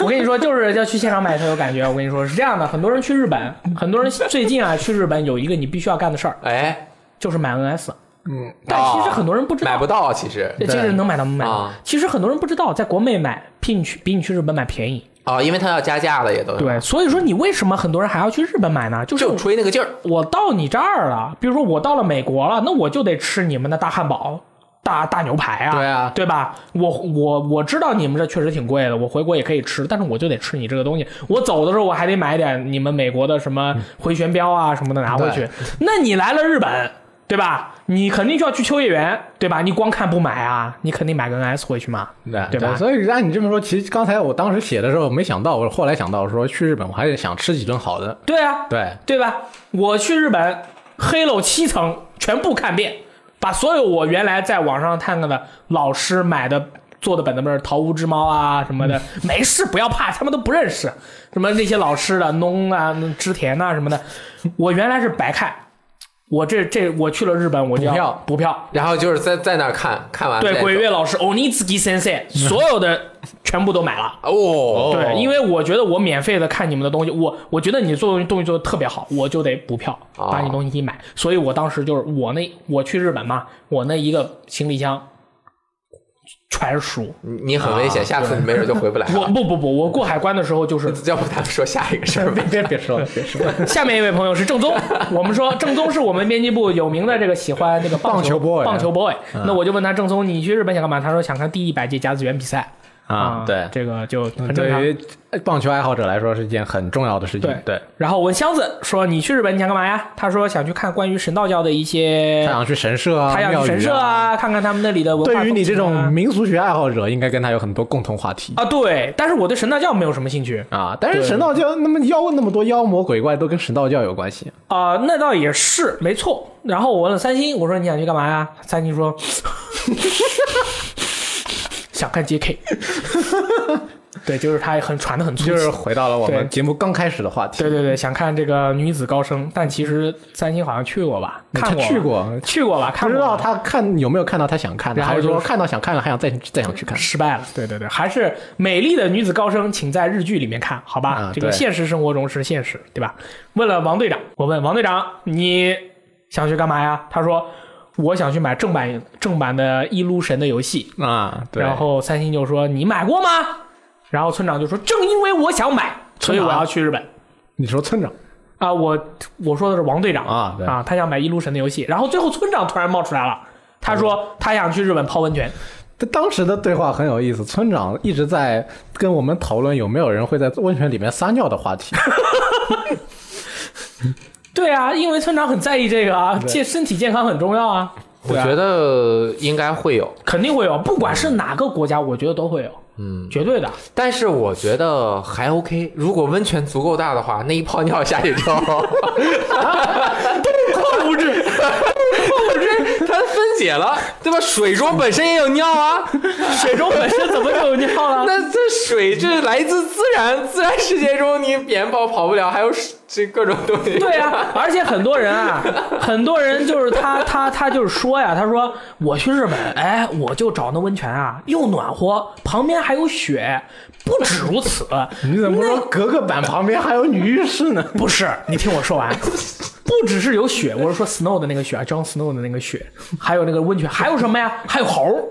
我跟你说，就是要去现场买才有感觉。我跟你说是这样的，很多人去日本，很多人最近啊去日本有一个你必须要干的事儿，
哎，
就是买 NS。嗯，但其实很多人不知道，
买不到，啊其实
这个能买到能买到
啊。
其实很多人不知道，在国内买比你去比你去日本买便宜。
啊，因为他要加价了，也都
对，所以说你为什么很多人还要去日本买呢？就是
就吹那个劲儿。
我到你这儿了，比如说我到了美国了，那我就得吃你们的大汉堡、大大牛排啊，
对啊
对吧？我我我知道你们这确实挺贵的，我回国也可以吃，但是我就得吃你这个东西。我走的时候我还得买点你们美国的什么回旋镖啊什么的拿回去。那你来了日本，对吧？你肯定就要去秋叶原，对吧？你光看不买啊，你肯定买个 NS 回去嘛，
对啊
对吧
所以按你这么说，其实刚才我当时写的时候没想到，我后来想到说去日本我还是想吃几顿好的。
对啊，
对，
对吧？我去日本，黑楼七层全部看遍，把所有我原来在网上看到的老师买的。做的本子不是《桃屋之猫》啊什么的，没事，不要怕，他们都不认识。什么那些老师的农啊、织田呐、什么的，我原来是白看。我这这我去了日本，我就要
补票
补票。
然后就是在在那儿看看完啊再
对，
走
鬼月老师 Onitsuki Sensei 所有的全部都买了。
哦，
对，因为我觉得我免费的看你们的东西，我我觉得你做东西做的特别好，我就得补票
啊
哦
把你东西给买。所以我当时就是我那我去日本嘛，我那一个行李箱全是书。
嗯
你你很危险，下次你没准就回不来
哦我
了。
不不不，我过海关的时候 就是
要不咱们说下一个事儿吧？
啊
别别说了，别说了。
下面一位朋友是正宗，我们说正宗是我们编辑部有名的这个喜欢那个棒
棒球 boy 啊嗯
棒球 boy。那我就问他正宗，你去日本想干嘛？他说想看第一百届甲子园比赛。
啊，对，
这个就很正常。
对于棒球爱好者来说是一件很重要的事情
对。
对，
然后我问箱子说：“你去日本你想干嘛呀？”他说：“想去看关于神道教的一
他
些，
想去神社啊，
他想
庙
去
宇
神社
啊。
啊，看看他们那里的文化、啊
对于你这种民俗学爱好者，应该跟他有很多共同话题
啊，对，但是我对神道教没有什么兴趣
啊。但是神道教那么妖那么多妖魔鬼怪都跟神道教有关 系
啊、那倒也是没错。然后我问了三星，我说：“你想去干嘛呀？”三星说：“ 想看 JK。”对，就是他很传的很粗，
就是回到了我
对
们节目刚开始的话题。
对对对，想看这个女子高生，但其实三星好像去过吧？
他
看过吧
去过啊
去过吧？看
不知
过吧
道他看有没有看到他想看的，
然后
还是
就
说
是
看到想看了还想再再想去看？
失败了。对对对，还是美丽的女子高升，请在日剧里面看好吧？
啊
这个
对
现实生活中是现实，对吧？问了王队长，我问王队长，你想去干嘛呀？他说我想去买正版正版的《一撸神》的游戏。
啊，对。
然后三星就说你买过吗？然后村长就说正因为我想买，所以我
村长
要去日本。
你说村长
啊，我我说的是王队长
啊对
啊，他想买《一撸神》的游戏，然后最后村长突然冒出来了，他
嗯
说他想去日本泡温泉。
他当时的对话很有意思，村长一直在跟我们讨论有没有人会在温泉里面撒尿的话 题。
对啊，因为村长很在意这个啊，健身体健康很重要啊，
我觉得应该会有，
肯定会有，不管是哪个国家，我觉得都会有，嗯，绝对的。
但是我觉得还 OK。如果温泉足够大的话，那一泡尿下去之后，
控制，
它分解了，对吧？水中本身也有尿啊，
水中本身怎么就有 尿了？
那这水这来自自然，自然世界中你扁跑跑不了，还有水这各种东西。
对啊，而且很多人啊， 很多人就是他他他就是说呀，他说我去日本，哎，我就找那温泉啊，又暖和，旁边还有雪。不止如此，
你怎么不说格格版旁边还有女浴室 呢？
不是，你听我说 完，不只是有雪，我是说 Snow 的那个雪，John Snow 的那个雪，还有那个温泉，还有什么呀？还有猴儿。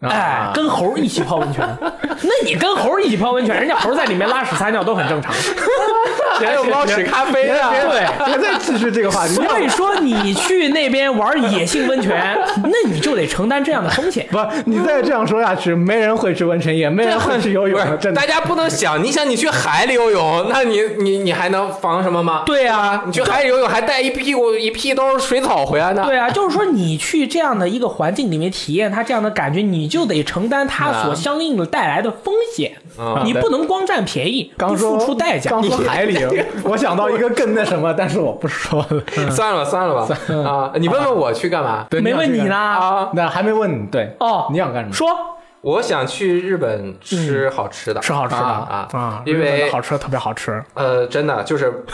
哎，跟猴儿一起泡温 泉，那你跟猴儿一起泡温泉，人家猴儿在里面拉屎撒尿都很正 常。
还有猫屎咖啡啊，
对，
别再继续这个话 题。
所以说你去那边玩野性温泉，那你就得承担这样的风险。
不，你再这样说下去，没人会去温泉，也没人会去游泳了。真的
大，家不能想，你想你去海里游泳，那你你你还能防什么吗？
对啊，
你去海里游泳还带一屁股一屁兜水草回来呢。
对啊，就是说你去这样的一个环境里面体验它这样的感觉，你就得承担
啊
它所相应的带来的风险，你不能光占便宜，不付
刚说
出代价。
刚
你
说海里，我想到一个更那什么，但是我不说了。
算了算了吧，啊，你问问我去干嘛？
对
没问你
想去干
啦，
啊，
那还没问你，对
哦
你想干什么？
说
我想去日本吃好吃的，
吃好吃的
啊
啊，
因
日本
为
的好吃的特别好吃，
呃，真的就是，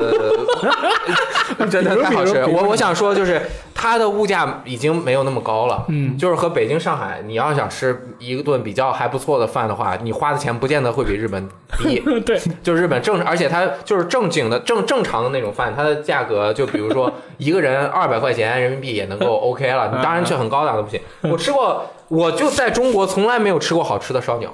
呃， 真的太好吃
比如
了。
比如
我我想说，就是它的物价已经没有那么高了。嗯，就是和北京、上海，你要想吃一顿比较还不错的饭的话，你花的钱不见得会比日本 低。
对，
就是日本正，而且它就是正经的正正常的那种饭，它的价格就比如说一个人二百块钱人民币也能够 OK 了。
啊
你当然去很高档的不行。我吃过，我就在中国从来没有吃过好吃的烧鸟，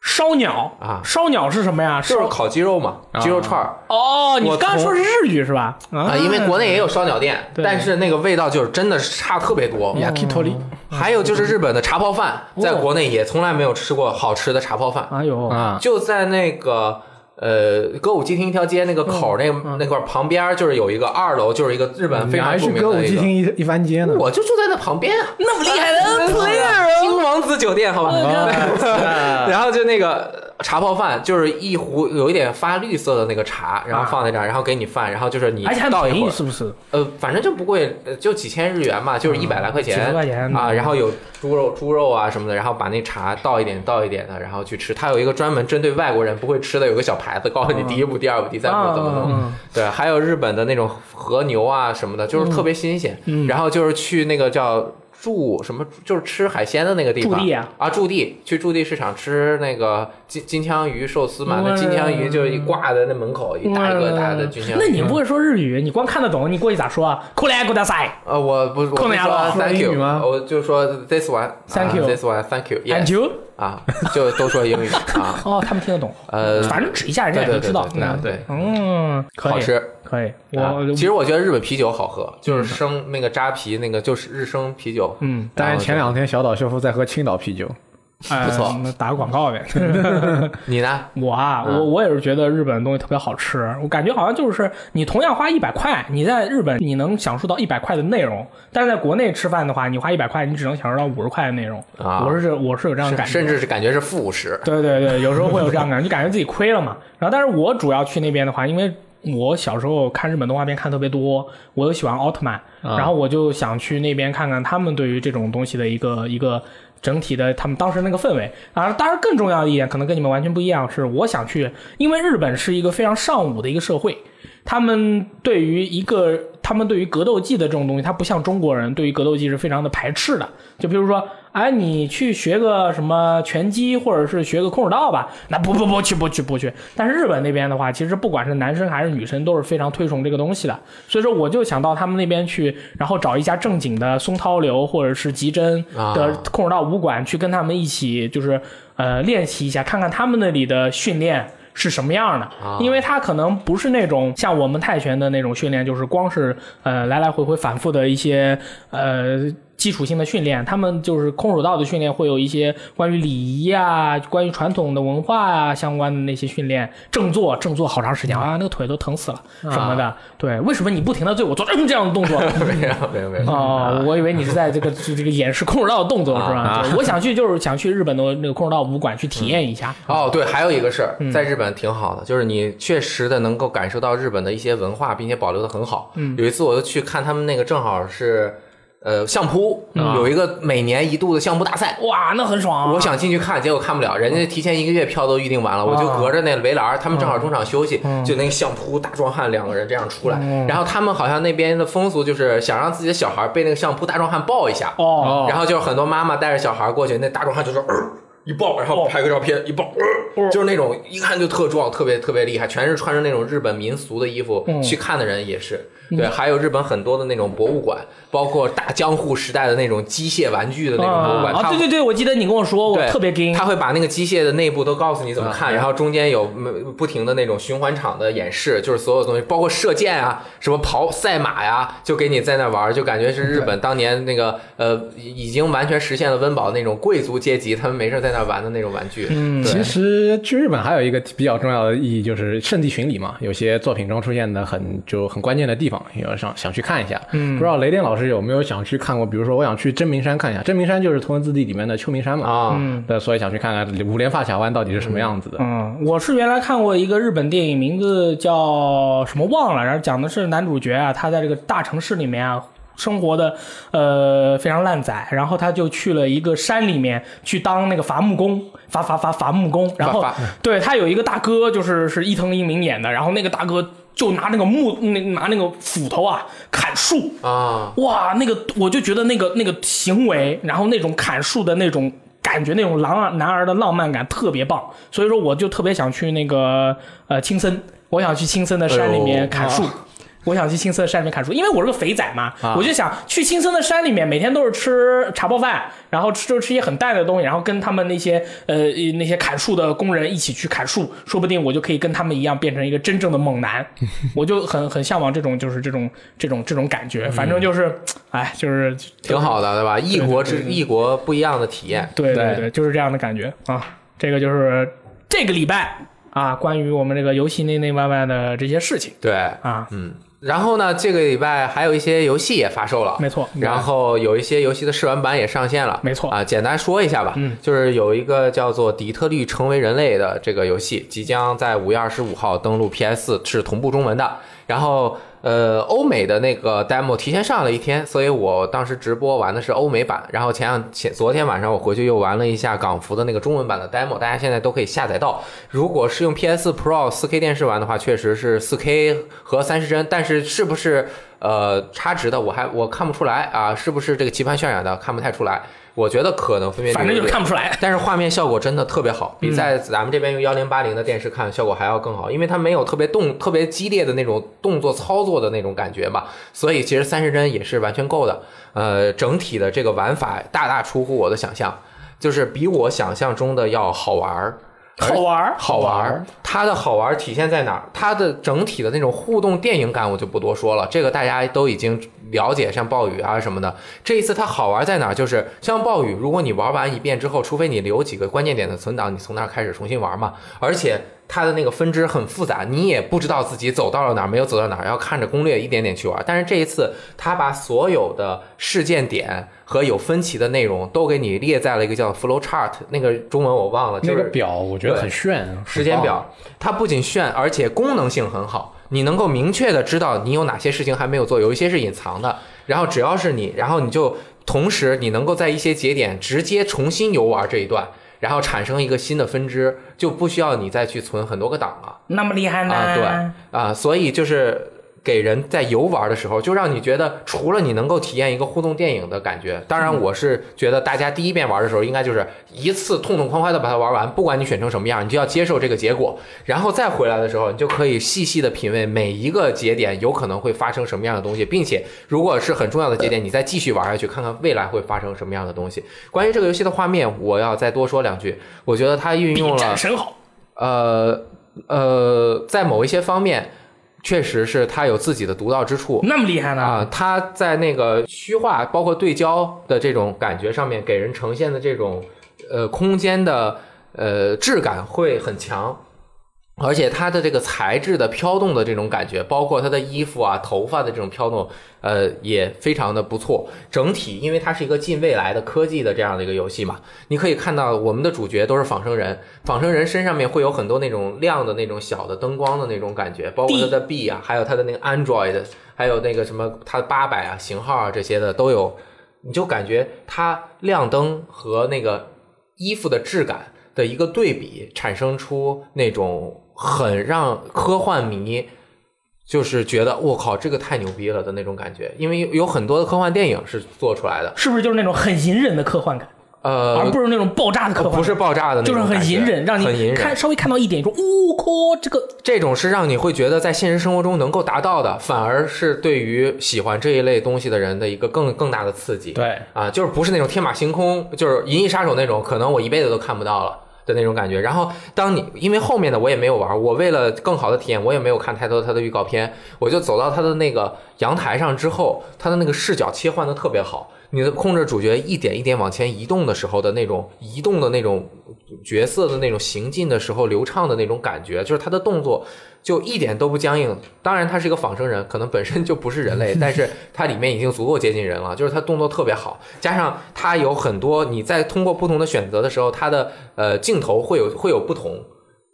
烧鸟
啊
烧鸟是什么呀？
就是
烧
烤鸡肉嘛，
啊
鸡肉串儿。
哦，你
我
刚才
从
说是日语是吧？
啊，因为国内也有烧鸟店，
对
但是那个味道就是真的是差特别多。
Yakitori
还有就是日本的茶泡饭，在国内也从来没有吃过好吃的茶泡饭，
哎呦，
啊，
就在那个。呃，歌舞伎町一条街那个口儿那那块儿旁边儿就是有一个二楼，就是一个日本非
你
常
还
著
去
名
歌舞
的一
伎
个
町，一一番街呢？
我就住在那旁边啊。
那么厉害的 N player Oh 啊
金王子酒店，好吧。 然后就那个茶泡饭，就是一壶有一点发绿色的那个茶，然后放在这儿，然后给你饭，然后就是你
而且还
倒一
便
会
宜，
儿，
是不是？
呃，反正就不贵，呃就几千日元吧，就是一百来块钱，
嗯几十块钱
啊。
嗯
然后有猪肉、猪肉啊什么的，然后把那茶倒一点、倒一点的，然后去吃。它有一个专门针对外国人不会吃的，有个小牌子，告诉
嗯
你第一步、第二步、第三步怎么弄。
啊
对，还有日本的那种和牛啊什么的，就
嗯
是特别新鲜。然后就是去那个叫驻什么，就是吃海鲜的那个地方
驻地啊
驻地去驻地市场吃那个金金枪鱼寿司嘛，
嗯
那金枪鱼就是一挂在那门口一大一个大的金枪鱼。
那你不会说日语，你光看得懂，你过去咋说啊？过来，过来塞
呃，我不，我不
空
说
了呀老师
thank
说英
you 呃
语吗
我就说 this one，thank
Thank you
this one，thank
，and
you，yes，
you。
啊，就都 说英语啊，
哦，他们听得懂，
呃
反正指一下人家
对
也能
对对
知道。
对那
嗯
对，
嗯，可以，
好吃。
可以。
啊
我
其实我觉得日本啤酒好喝，就是生那个扎啤那个就是日升啤酒，
嗯
当然，
后就
前两天小岛秀夫在喝青岛啤酒，
呃
不错，
那打个广告 呗。
你呢？
我啊，我
嗯
我也是觉得日本的东西特别好吃，我感觉好像就是你同样花一百块，你在日本你能享受到一百块的内容，但是在国内吃饭的话，你花一百块，你只能享受到五十块的内容。
啊
我是这我是有这样的感觉，
甚至是感觉是负五十。
对对对，有时候会有这样的感觉，就感觉自己亏了嘛。然后，但是我主要去那边的话，因为我小时候看日本动画片看特别多，我又喜欢奥特曼，然后我就想去那边看看他们对于这种东西的一个一个整体的他们当时那个氛围啊。当然，更重要的一点，可能跟你们完全不一样，是我想去，因为日本是一个非常尚武的一个社会，他们对于一个他们对于格斗技的这种东西，他不像中国人对于格斗技是非常的排斥的。就比如说，哎，你去学个什么拳击，或者是学个空手道吧，那不不不去不去不去。但是日本那边的话，其实不管是男生还是女生，都是非常推崇这个东西的。所以说，我就想到他们那边去，然后找一家正经的松涛流或者是吉真的
啊
空手道武馆去跟他们一起，就是呃练习一下，看看他们那里的训练是什么样的。
啊
因为它可能不是那种像我们泰拳的那种训练，就是光是呃来来回回反复的一些呃基础性的训练，他们就是空手道的训练会有一些关于礼仪啊、关于传统的文化啊相关的那些训练，正坐正坐好长时间啊，那个腿都疼死了什么的。对，为什么你不停的对我做嗯这样的动作？
没有没有没有。啊
哦，我以为你是在这个 这这个演示空手道的动作是吧？对我想去就是想去日本的那个空手道武馆去体验一下。
哦，对，还有一个事
嗯
儿，在日本挺好的，就是你确实的能够感受到日本的一些文化，并且保留的很好。嗯，有一次我就去看他们那个，正好是呃相扑，
嗯
有一个每年一度的相扑大赛。
哇，那很爽、啊！
嗯我想进去看，结果看不了，
嗯
人家提前一个月票都预定完了，我就
啊
隔着那围栏儿，他们正好中场休息，
嗯
就那个相扑大壮汉两个人这样出来，然后他们好像那边的风俗就是想让自己的小孩被那个相扑大壮汉抱一下，
哦，
然后就是很多妈妈带着小孩过去，那大壮汉就说、呃一抱，然
哦
后拍个照片，一抱，呃就是那种一看就特壮，特别特别厉害，全是穿着那种日本民俗的衣服、
嗯
去看的人也是。对，还有日本很多的那种博物馆，包括大江户时代的那种机械玩具的那种博物馆，
啊，
它
对对对，我记得你跟我说，我
对
特别惊
他会把那个机械的内部都告诉你怎么看，然后中间有嗯不停的那种循环场的演示，就是所有东西，包括射箭啊，什么跑赛马呀、就给你在那玩儿，就感觉是日本当年那个呃已已经完全实现了温饱那种贵族阶级，他们没事在那玩的那种玩具。嗯，
其实去日本还有一个比较重要的意义就是圣地巡礼嘛，有些作品中出现的很就很关键的地方，有想想去看一下。嗯，不知道雷电老师有没有想去看过？比如说我想去真名山看一下，真名山就是《头文字 D》里面的秋名山嘛。
啊，
对，所以想去看看五连发卡湾到底是什么样子的。
嗯，我是原来看过一个日本电影，名字叫什么忘了，然后讲的是男主角啊，他在这个大城市里面啊。生活的呃非常烂仔，然后他就去了一个山里面去当那个伐木工，伐伐伐伐木工。然后
伐伐
对他有一个大哥，就是是伊藤英明演的，然后那个大哥就拿那个木那拿那个斧头啊砍树，
啊，
哇，那个我就觉得那个那个行为，然后那种砍树的那种感觉，那种狼儿啊男儿的浪漫感特别棒，所以说我就特别想去那个呃青森，我想去青森的山里
哎
面
呦
砍树。我想去青森的山里面砍树，因为我是个肥仔嘛，
啊
我就想去青森的山里面，每天都是吃茶泡饭，然后吃就吃一些很淡的东西，然后跟他们那些呃那些砍树的工人一起去砍树，说不定我就可以跟他们一样变成一个真正的猛男。我就很很向往这种就是这种这种这种感觉，反正就是，
嗯
哎，就是
挺好的，对吧？异国之异国不一样的体验。
对对
对
对，就是这样的感觉啊。这个就是这个礼拜啊，关于我们这个游戏内内外外的这些事情
对，
啊，
嗯。然后呢，这个礼拜还有一些游戏也发售了，
没错，
然后有一些游戏的试玩版也上线了，
没错
啊。简单说一下吧，
嗯，
就是有一个叫做《底特律：成为人类》的这个游戏，即将在五月二十五号登陆 PS，是同步中文的。然后，呃，欧美的那个 demo 提前上了一天，所以我当时直播玩的是欧美版。然后前两前昨天晚上我回去又玩了一下港服的那个中文版的 demo，大家现在都可以下载到。如果是用 PS Pro 4K 电视玩的话，确实是 4K 和三十帧，但是是不是？呃差值的，我还我看不出来啊，是不是这个棋盘渲染的看不太出来？我觉得可能分辨率
反正
有
就是
点
看不嗯出来。
但是画面效果真的特别好，比在咱们这边用幺零八零的电视看效果还要更好，因为它没有特别动、特别激烈的那种动作操作的那种感觉嘛，所以其实三十帧也是完全够的。呃，整体的这个玩法大大出乎我的想象，就是比我想象中的要好玩儿。
好玩儿。
好玩儿，它的好玩儿体现在哪儿？它的整体的那种互动电影感我就不多说了，这个大家都已经了解，像暴雨啊什么的。这一次它好玩在哪儿？就是像暴雨，如果你玩完一遍之后，除非你留几个关键点的存档，你从那儿开始重新玩嘛。而且它的那个分支很复杂，你也不知道自己走到了哪儿，没有走到哪儿，要看着攻略一点点去玩。但是这一次，它把所有的事件点和有分歧的内容都给你列在了一个叫 flow chart，那个中文我忘了，就
那
是
个表我觉得
对
很炫，啊
时间
很棒
表，它不仅炫，而且功能性很好。你能够明确的知道你有哪些事情还没有做，有一些是隐藏的。然后只要是你，然后你就同时你能够在一些节点直接重新游玩这一段，然后产生一个新的分支，就不需要你再去存很多个档了。
那么厉害呢？
啊，对啊，所以就是给人在游玩的时候，就让你觉得除了你能够体验一个互动电影的感觉，当然我是觉得大家第一遍玩的时候，应该就是一次痛痛快快的把它玩完，不管你选成什么样，你就要接受这个结果，然后再回来的时候，你就可以细细的品味每一个节点有可能会发生什么样的东西，并且如果是很重要的节点，你再继续玩下去，看看未来会发生什么样的东西。关于这个游戏的画面，我要再多说两句，我觉得它运用
比
了
战神好，
呃呃，在某一些方面，确实是它有自己的独到之处。
那么厉害呢？
啊，它在那个虚化，包括对焦的这种感觉上面，给人呈现的这种呃空间的呃质感会很强，而且它的这个材质的飘动的这种感觉，包括它的衣服啊、头发的这种飘动，呃，也非常的不错。整体，因为它是一个近未来的科技的这样的一个游戏嘛，你可以看到我们的主角都是仿生人，仿生人身上面会有很多那种亮的那种小的灯光的那种感觉，包括它的 B 啊，还有它的那个 Android，还有那个什么它的八百啊、型号啊这些的都有，你就感觉它亮灯和那个衣服的质感的一个对比，产生出那种很让科幻迷就是觉得我靠这个太牛逼了的那种感觉，因为有很多的科幻电影是做出来的，
是不是就是那种很隐忍的科幻感，而
呃，
不是那种爆炸的科幻感？
不是爆炸的那
就
种
是
感觉，
很隐忍，让
很隐
你
忍
看稍微看到一点，说“呜靠，这个
这种是让你会觉得在现实生活中能够达到的，反而是对于喜欢这一类东西的人的一个更更大的刺激。
对，
啊，就是不是那种天马行空，就是《银翼杀手》那种，可能我一辈子都看不到了。的那种感觉，然后当你因为后面的我也没有玩，我为了更好的体验，我也没有看太多它的预告片，我就走到它的那个阳台上之后，它的那个视角切换的特别好，你的控制主角一点一点往前移动的时候的那种移动的那种角色的那种行进的时候流畅的那种感觉，就是他的动作就一点都不僵硬。当然，他是一个仿生人，可能本身就不是人类，但是它里面已经足够接近人了，就是他动作特别好，加上他有很多你在通过不同的选择的时候，他的呃镜头会有会有不同。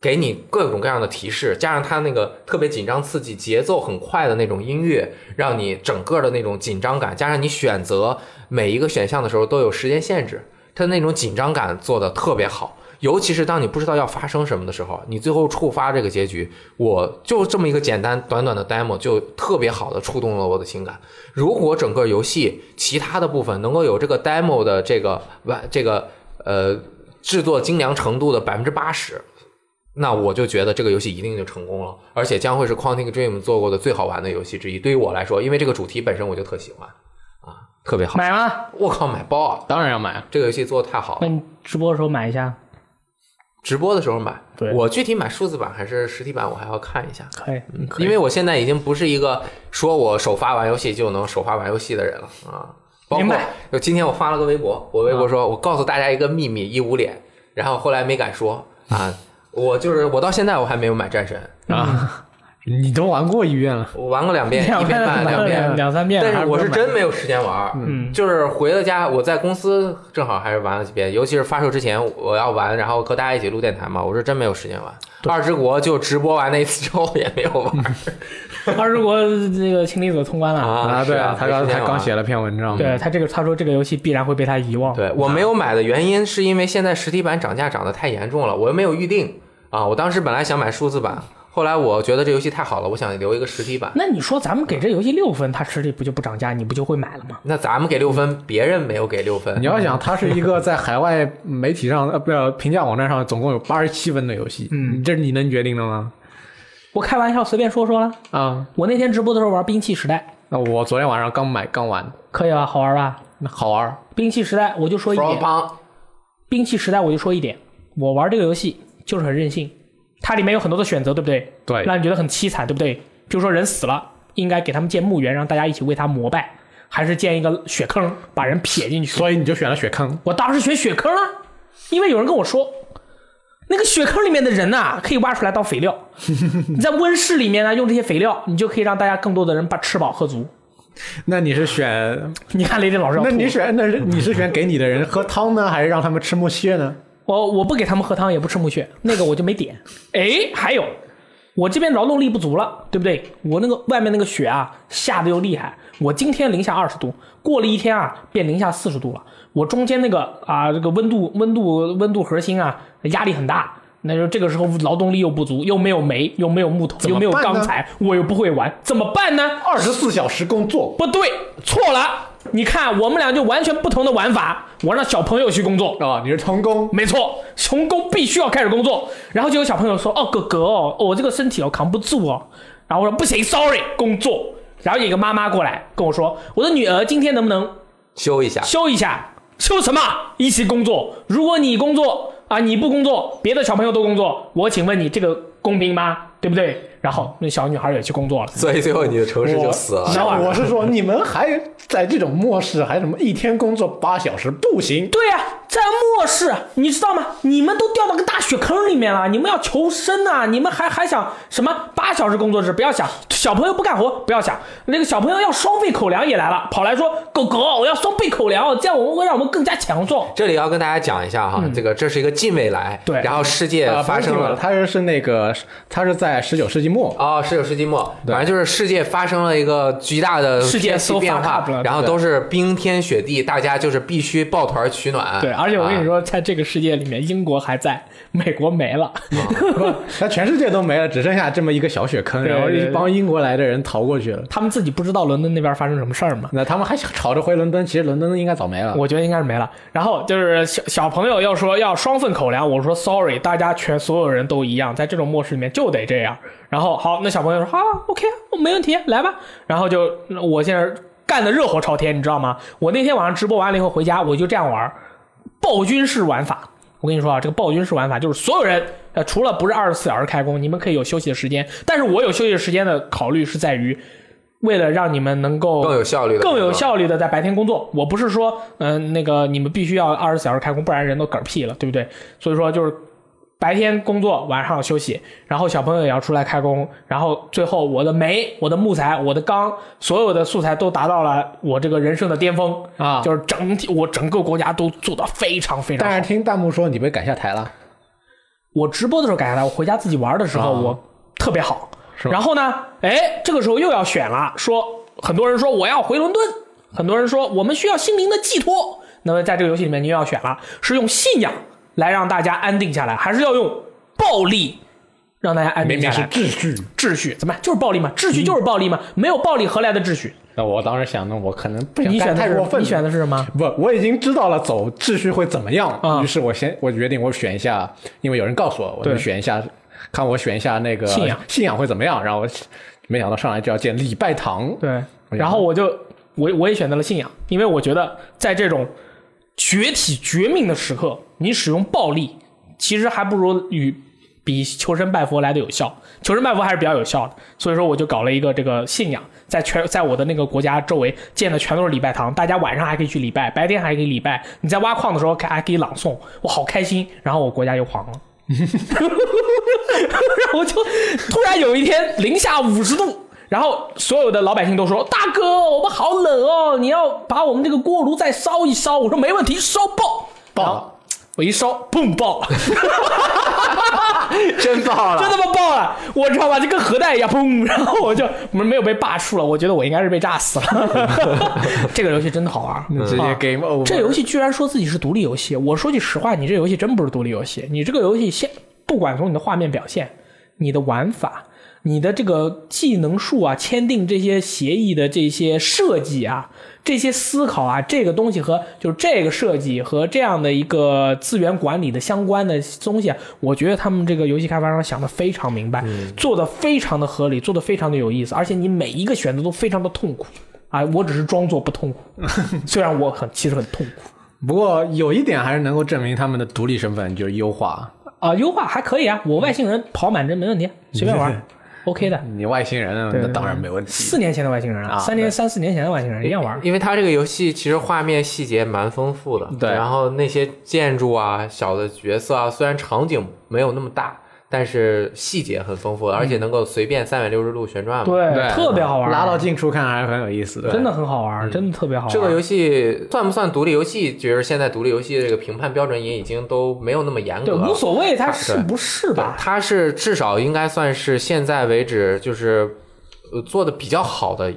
给你各种各样的提示，加上他那个特别紧张刺激、节奏很快的那种音乐，让你整个的那种紧张感，加上你选择每一个选项的时候都有时间限制，它那种紧张感做的特别好。尤其是当你不知道要发生什么的时候，你最后触发这个结局，我就这么一个简单短短的 demo 就特别好的触动了我的情感。如果整个游戏其他的部分能够有这个 demo 的这个完这个呃制作精良程度的百分之八十，那我就觉得这个游戏一定就成功了，而且将会是 Quantic Dream 做过的最好玩的游戏之一。对于我来说，因为这个主题本身我就特喜欢啊，特别好。
买吗？
我靠，买包啊！
当然要买，
这个游戏做的太好
那
了，
你直播的时候买一下，
直播的时候买。
对
我具体买数字版还是实体版，我还要看一下，
嗯可以。
可以
因为我现在已经不是一个说我首发玩游戏就能首发玩游戏的人了啊。包
明
括
白啊
就今天我发了个微博，我微博说我告诉大家一个秘密，一捂脸，然后后来没敢说 啊。我就是我到现在我还没有买战神，
嗯
啊。 你都玩过一遍了，
我玩过 两遍，一遍半两遍，
两三遍，
但
还
是我
不
是
买
真没有时间玩儿，
嗯
就是回了家，我在公司正好还是玩了几遍，尤其是发售之前我要玩，然后和大家一起录电台嘛，我是真没有时间玩。二之国就直播完那一次之后也没有玩儿
二之国这个情理组通关 了。
啊
对
啊
啊，，他刚
没时间
他
玩
刚写了篇文章嘛，
对他这个，他说这个游戏必然会被他遗忘。
对我没有买的原因是因为现在实体版涨价涨得太严重了，我又没有预定啊。我当时本来想买数字版，后来我觉得这游戏太好了，我想留一个实体版。
那你说咱们给这游戏六分，它实体不就不涨价，你不就会买了吗？
那咱们给六分，别人没有给六分
你。要想，它是一个在海外媒体上呃不要评价网站上总共有八十七分的游戏，嗯，这是你能决定的吗？
我开玩笑随便说说了。
啊，
我那天直播的时候玩《兵器时代
那我昨天晚上刚买刚玩，》，
可以吧？好玩吧？
那好玩儿，
《兵器时代》我就说一
From
点，《
Pang
兵器时代》我就说一点，我玩这个游戏就是很任性。它里面有很多的选择，对不对？
对
让你觉得很凄惨，对不对？比如说人死了，应该给他们建墓园，让大家一起为他膜拜，还是建一个雪坑把人撇进去？
所以你就选了雪坑，
我当时选雪坑了，因为有人跟我说，那个雪坑里面的人呐、可以挖出来当 肥料。你在温室里面呢，用这些肥料，你就可以让大家更多的人把吃饱喝足。
那你是选？
你看雷震老师要
那
吐
你
了，
选那是你是选给你的人喝汤呢，还是让他们吃木屑呢？
我我不给他们喝汤，也不吃木屑，那个我就没点。哎，还有，我这边劳动力不足了，对不对？我那个外面那个雪啊，下的又厉害。我今天零下二十度，过了一天啊，变零下四十度了。我中间那个啊、这个温度温度温度核心啊，压力很大。那就这个时候劳动力又不足，又没有煤，又没有木头，又
么
没有
办呢
钢材，我又不会玩，怎么办呢？
二十四小时工作，
不对，错了。你看，我们俩就完全不同的玩法。我让小朋友去工作，
啊、你是童工，
没错，童工必须要开始工作。然后就有小朋友说：“哦，哥哥哦，我这个身体哦扛不住哦。”然后我说：“不行，sorry，工作。”然后有一个妈妈过来跟我说：“我的女儿今天能不能
修一下，
休一下？休什么？一起工作。如果你工作啊，你不工作，别的小朋友都工作，我请问你这个公平吗？对不对？”然后那小女孩也去工作了。
所以最后你的城市就
我
死了。
小碗
我是说，你们还在这种漠视，还什么一天工作八小时，不行。
对呀、在末世，你知道吗？你们都掉到个大雪坑里面了，你们要求生呐、你们还还想什么八小时工作制？不要想，小朋友不干活，不要想。那个小朋友要双倍口粮也来了，跑来说：“狗狗，我要双倍口粮，这样我们会让我们更加强壮。
这里要跟大家讲一下哈，这个这是一个近未来，
嗯对啊
然后世界
呃，
发生了
他是是那个，他是在十九世纪 末，
哦，十九世纪末，反正就是世界发生了一个巨大的
世界
天气
so
变
fucked
化
up 了，
然后
对
都是冰天雪地，大家就是必须抱团取暖。啊，
说，在这个世界里面，英国还在，美国没了。
他全世界都没了，只剩下这么一个小雪坑，
对
然后
对
一
对
帮英国来的人逃过去了。
他们自己不知道伦敦那边发生什么事儿吗？
那他们还吵着回伦敦，其实伦敦应该早没了。
我觉得应该是没了。然后就是小小朋友要说要双份口粮，我说 sorry，大家全所有人都一样，在这种末世里面就得这样。然后好，那小朋友说啊，OK，没问题，来吧。然后就呃我现在干的热火朝天，你啊知道吗？我那天晚上直播完了以后回家，我就这样玩儿，暴君式玩法。我跟你说啊，这个暴君式玩法就是所有人，呃，除了不是二十四小时开工，你们可以有休息的时间，但是我有休息的时间的考虑是在于，为了让你们能够
更有效率的，
更有。效率的在白天工作。我不是说，嗯、那个你们必须要二十小时开工，不然人都嗝屁了，对不对？所以说就是白天工作，晚上休息，然后小朋友也要出来开工，然后最后我的煤、我的木材、我的钢，所有的素材都达到了我这个人生的巅峰
啊
就是整体我整个国家都做得非常非常
但
好
是。听弹幕说你被赶下台了，
我直播的时候改下来，我回家自己玩的时候
啊
我特别好。
吗
然后呢，哎，这个时候又要选了，说很多人说我要回伦敦，很多人说我们需要心灵的寄托。那么在这个游戏里面，你又要选了，是用信仰来让大家安定下来，还是要用暴力让大家安
明
定下
明是
来？
秩序。
秩序怎么办就是暴力嘛？秩序就是暴力嘛？没有暴力何来的秩序？
那我当时想，那我可能不想
你
干
选的
嗯太
是
过分
你
了。
选的是什么？
不，我已经知道了走秩序会怎么样，
啊
于是我先我决定我选一下，因为有人告诉我，我
对
就选一下，看我选一下那个
信仰
会怎么样，然后我没想到上来就要建礼拜堂，
对，然后我就我我也选择了信仰，因为我觉得在这种绝体绝命的时刻，你使用暴力，其实还不如与比求神拜佛来的有效。求神拜佛还是比较有效的，所以说我就搞了一个这个信仰，在全在我的那个国家周围建的全都是礼拜堂，大家晚上还可以去礼拜，白天还可以礼拜。你在挖矿的时候还还可以朗诵，我好开心。然后我国家又黄了。 然后我就突然有一天零下五十度，然后所有的老百姓都说：“大哥，我们好冷哦，你要把我们这个锅炉再烧一烧。”我说：“没问题，烧爆。”
爆
然后
了
我一烧，砰爆了，
真
啊
爆
真他
了！
妈爆了！我知道吧，就跟核弹一样，砰！然后我就没没有被罢黜了，我觉得我应该是被炸死了。这个游戏真的好玩，
嗯直接 game over。
啊这游戏居然说自己是独立游戏，我说句实话，你这游戏真不是独立游戏。你这个游戏现不管从你的画面表现、你的玩法、你的这个技能树啊、签订这些协议的这些设计啊、这些思考啊，这个东西和就是这个设计和这样的一个资源管理的相关的东西啊，我觉得他们这个游戏开发商想的非常明白，做的非常的合理，做的非常的有意思，而且你每一个选择都非常的痛苦。啊，我只是装作不痛苦，虽然我很其实很痛苦。
不过有一点还是能够证明他们的独立身份，就是优化。
啊、优化还可以啊，我外星人跑满帧没问题，随便玩，OK 的。
你外星人啊
对
那当然没问题。
四年前的外星人
啊
三年三四年前的外星人一样玩。
因为它这个游戏其实画面细节蛮丰富的，
对
然后那些建筑啊、小的角色啊，虽然场景没有那么大，但是细节很丰富，而
嗯
且能够随便三百六十度旋转嘛。
对
特别好玩，
拉到近处看还是很有意思的。
真的很好玩，真的特别好玩。
嗯这个游戏算不算独立游戏？就是现在独立游戏的这个评判标准也已经都没有那么严格
对
了。
无所谓，它
它
是
啊对
不是
对，
吧？
它是至少应该算是现在为止就是呃做的比较好的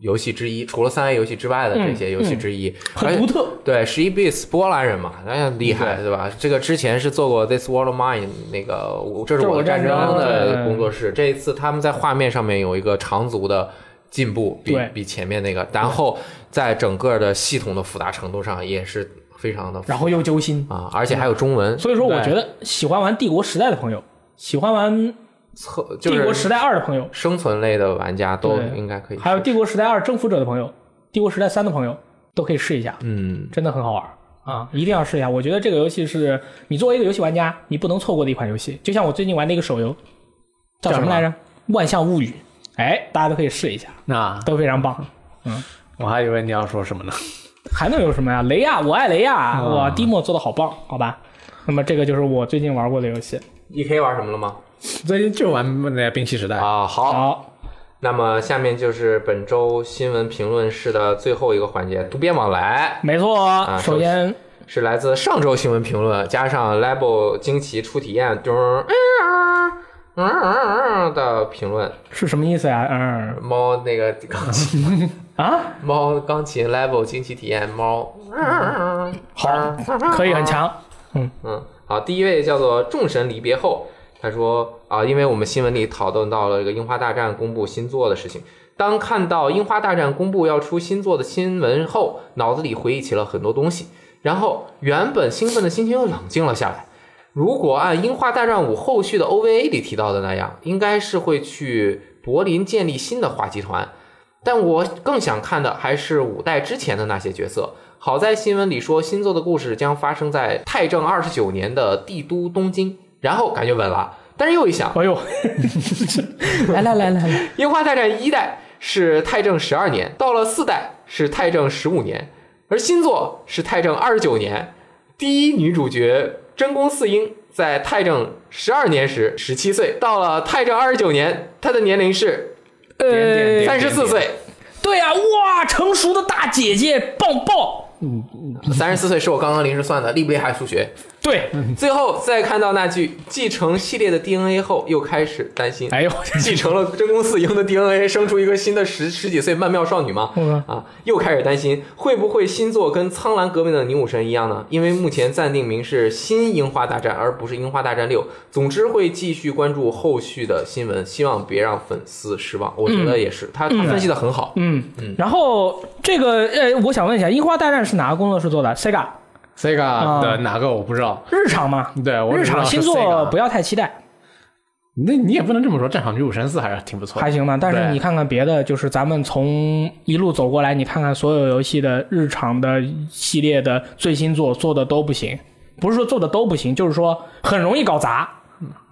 游戏之一，除了三 A 游戏之外的这些游戏之一，
嗯很独特，
对，十一 bits 波兰人嘛，那很厉害，对吧？这个之前是做过 This World of Mine 那个，我这是
这是
我
我
的战
战争
的
对
工作室。这一次他们在画面上面有一个长足的进步，比
对
比前面那个，然后在整个的系统的复杂程度上也是非常的
然后又揪心。
啊，而且还有中文
所以说，我
对
觉得喜欢玩《帝国时代》的朋友，喜欢玩《
测，就
帝国
是
时代二》的朋友，
生存类的玩家都
对
应该可以。
还有《帝国时代二：征服者》的朋友，《帝国时代三》的朋友，都可以试一下，
嗯，
真的很好玩啊！一定要试一下。我觉得这个游戏是你作为一个游戏玩家，你不能错过的一款游戏。就像我最近玩的一个手游，叫什么来着？《万象物语》。哎，大家都可以试一下，
那
都非常棒。
我还以为你要 说什么呢？
还能有什么呀？雷亚，我爱雷亚，哇，demo 做的好棒，好吧。那么这个就是我最近玩过的游戏。
E K 玩什么了吗？
最近就玩那个兵器时代，
啊，好，
好，
那么下面就是本周新闻评论室的最后一个环节，读编往来。
没错，
首
首先
是来自上周新闻评论，加上 Labo 惊奇初体验中嗯的评论。
是什么意思呀？嗯
猫那个钢琴，
啊，
猫钢琴 Labo 惊奇体验猫。
好，可以很强。
嗯，好，第一位叫做众神离别后，他说啊，因为我们新闻里讨论到了这个《樱花大战》公布新作的事情。当看到《樱花大战》公布要出新作的新闻后，脑子里回忆起了很多东西，然后原本兴奋的心情又冷静了下来。如果按《樱花大战五》后续的 OVA 里提到的那样，应该是会去柏林建立新的话集团，但我更想看的还是五代之前的那些角色。好在新闻里说，新作的故事将发生在太政二十九年的帝都东京，然后感觉稳了。但是又一想，
哎 呦，来来来来来，
樱花大战一代是太政十二年，到了四代是太政十五年，而新作是太政二十九年。第一女主角真宫四英在太政十二年时十七岁，到了太政二十九年，她的年龄是
点点点
三十四岁。
呃对呀、哇，成熟的大姐姐，棒棒。
三十四岁是我刚刚临时算的，厉不厉害数学？
对，
最后再看到那句“继承系列的 DNA” 后，又开始担心。
哎呦，
继承了真宫四英的 DNA，生出一个新的十十几岁曼妙少女吗？啊，又开始担心会不会新作跟《苍兰革命的女武神》一样呢？因为目前暂定名是《新樱花大战》，而不是《樱花大战六》。总之会继续关注后续的新闻，希望别让粉丝失望。我觉得也是，他他分析的很好。
嗯，然后这个呃，我想问一下，《樱花大战》是哪个工作室做的？Sega
Sega
啊
的哪个我不知道。
日常嘛？
对，我
日
只知道
常
是
新作
Sega
不要太期待，
那你也不能这么说，《战场女武神四》还是挺不错的。
还行吧。但是
对
你看看别的，就是咱们从一路走过来，你看看所有游戏的日常的系列的最新作做的都不行，不是说做的都不行，就是说很容易搞砸，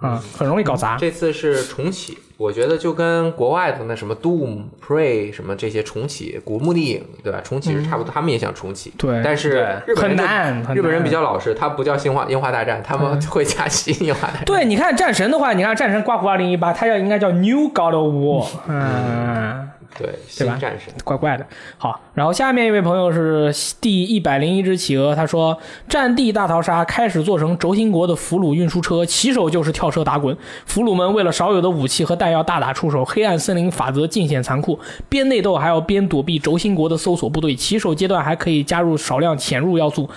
嗯，很容易搞砸。
这次是重启，我觉得就跟国外的那什么 Doom、Prey 什么这些重启，古墓丽影对吧？重启是差不多，他们也想重启，
嗯对
但是
对
日本
很
人就
难很难
日本人比较老实，他不叫樱花樱花大战，他们会加新樱花大战。
对，你看战神的话，你看战神刮胡二零一八，它要应该叫 New God of War，嗯，
对，新
吧
战神
怪怪的。好，然后下面一位朋友是第一百零一只企鹅，他说：“战地大逃杀开始做成轴心国的俘虏运输车，起手就是跳车打滚。俘虏们为了少有的武器和弹药大打出手，黑暗森林法则尽显残酷，边内斗还要边躲避轴心国的搜索部队。起手阶段还可以加入少量潜入要素。”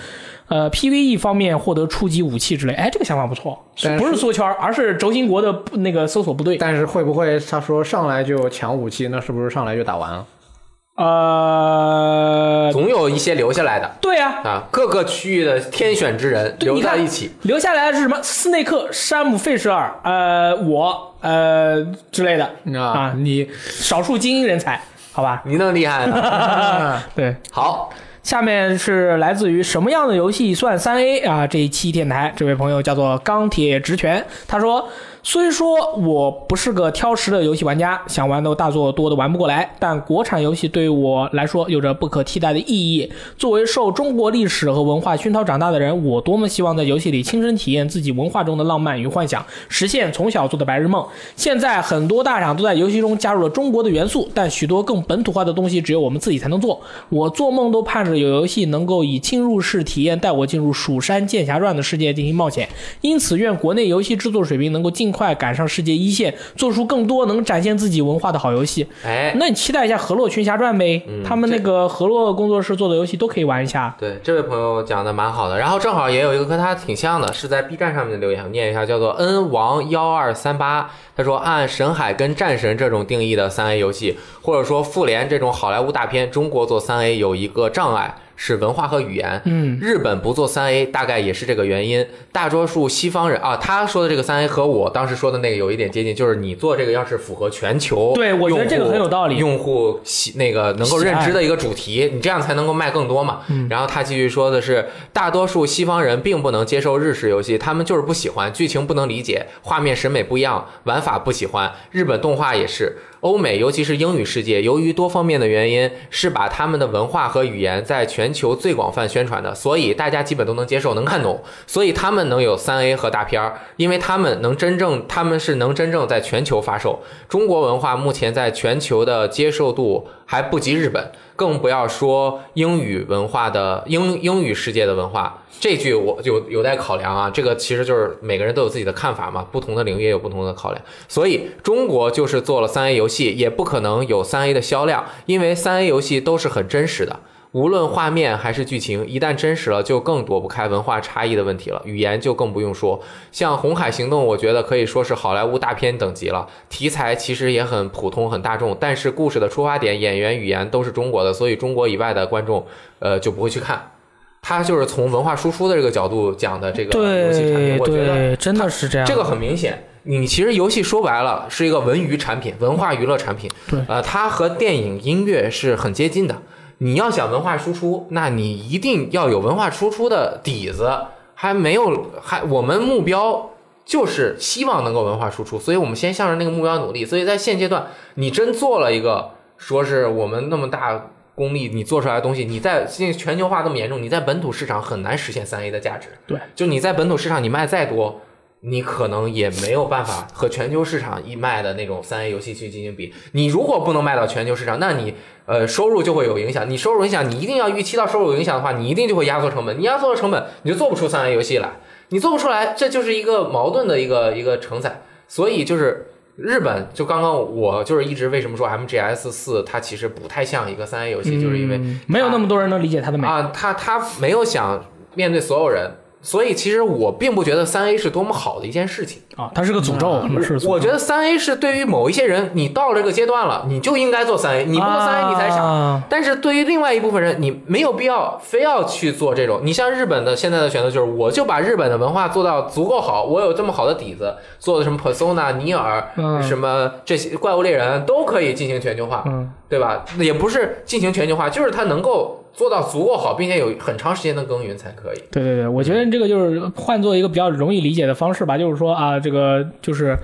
呃，PVE 方面获得初级武器之类，哎，这个想法不错，
但是
不是缩圈儿，而是轴心国的那个搜索部队。
但是会不会他说上来就抢武器，那是不是上来就打完了？
呃，
总有一些留下来的
对啊，
啊，各个区域的天选之人
对
留
你
在
看
一起。
留下来的是什么？斯内克、山姆·费舍尔，呃，我，呃之类的，
啊，你
少数精英人才，好吧？ 啊
你那么厉害呢
对，
好，
下面是来自于什么样的游戏算三 A 啊？这一期电台这位朋友叫做钢铁直拳，他说：“虽说我不是个挑食的游戏玩家，想玩的大作多的玩不过来，但国产游戏对我来说有着不可替代的意义。作为受中国历史和文化熏陶长大的人，我多么希望在游戏里亲身体验自己文化中的浪漫与幻想，实现从小做的白日梦。现在很多大厂都在游戏中加入了中国的元素，但许多更本土化的东西只有我们自己才能做。我做梦都盼着有游戏能够以侵入式体验带我进入《蜀山剑侠传》的世界进行冒险。因此，愿国内游戏制作水平能够尽快赶上世界一线，做出更多能展现自己文化的好游戏。
哎，
那你期待一下《河洛群侠传》呗，
嗯
他们那
这
个河洛工作室做的游戏都可以玩一下。
对，这位朋友讲的蛮好的，然后正好也有一个跟他挺像的，是在 B 站上面的留言，我念一下，叫做 N 王幺二三八，他说按《神海》跟《战神》这种定义的三 A 游戏，或者说《复联》这种好莱坞大片，中国做三 A 有一个障碍是文化和语言，
嗯，
日本不做三 A 大概也是这个原因。大多数西方人啊，他说的这个三 A 和我当时说的那个有一点接近，就是你做这个要是符合全球，
对我觉得这个很有道理
用户喜那个能够认知的一个主题，你这样才能够卖更多嘛。然后他继续说的是，大多数西方人并不能接受日式游戏，他们就是不喜欢，剧情不能理解，画面审美不一样，玩法不喜欢。日本动画也是，欧美尤其是英语世界，由于多方面的原因，是把他们的文化和语言在全球最广泛宣传的，所以大家基本都能接受，能看懂，所以他们能有三 A 和大片儿，因为他们能真正，他们是能真正在全球发售。中国文化目前在全球的接受度还不及日本，更不要说英语文化的英英语世界的文化。这句我有有待考量啊，这个其实就是每个人都有自己的看法嘛，不同的领域也有不同的考量。所以中国就是做了三 A 游戏，也不可能有三 A 的销量，因为三 A 游戏都是很真实的，无论画面还是剧情，一旦真实了，就更躲不开文化差异的问题了，语言就更不用说。像《红海行动》，我觉得可以说是好莱坞大片等级了，题材其实也很普通、很大众，但是故事的出发点、演员、语言都是中国的，所以中国以外的观众，呃，就不会去看。他就是从文化输出的这个角度讲的这个游戏产
对
品，我觉得
对，真的是这样。
这个很明显。你其实游戏说白了是一个文娱产品、文化娱乐产品，
对
呃，它和电影、音乐是很接近的。你要想文化输出，那你一定要有文化输出的底子，还没有，还我们目标就是希望能够文化输出，所以我们先向着那个目标努力。所以在现阶段，你真做了一个说是我们那么大功力，你做出来的东西，你在现在全球化那么严重，你在本土市场很难实现三 A 的价值。
对，
就你在本土市场你卖再多，你可能也没有办法和全球市场一卖的那种三 A 游戏去进行比。你如果不能卖到全球市场，那你呃收入就会有影响。你收入影响，你一定要预期到收入有影响的话，你一定就会压缩成本。你压缩了成本，你就做不出三 A 游戏来。你做不出来，这就是一个矛盾的一个一个承载。所以就是日本，就刚刚我就是一直为什么说 MGS 四它其实不太像一个三 A 游戏，就是因为
嗯没有那么多人能理解他的美。
啊，他他没有想面对所有人，所以其实我并不觉得三 A 是多么好的一件事情。
啊，它是个诅咒，是
我觉得三 A 是对于某一些人，你到了这个阶段了，你就应该做三 A，你不做三 A 你才傻。
啊
但是对于另外一部分人，你没有必要非要去做这种。你像日本的现在的选择就是，我就把日本的文化做到足够好，我有这么好的底子，做的什么 Persona、尼尔、
嗯
什么这些怪物猎人都可以进行全球化，
嗯
对吧？也不是进行全球化，就是它能够做到足够好，并且有很长时间的耕耘才可以。
对对对，我觉得这个就是换做一个比较容易理解的方式吧，就是说啊，这个就是。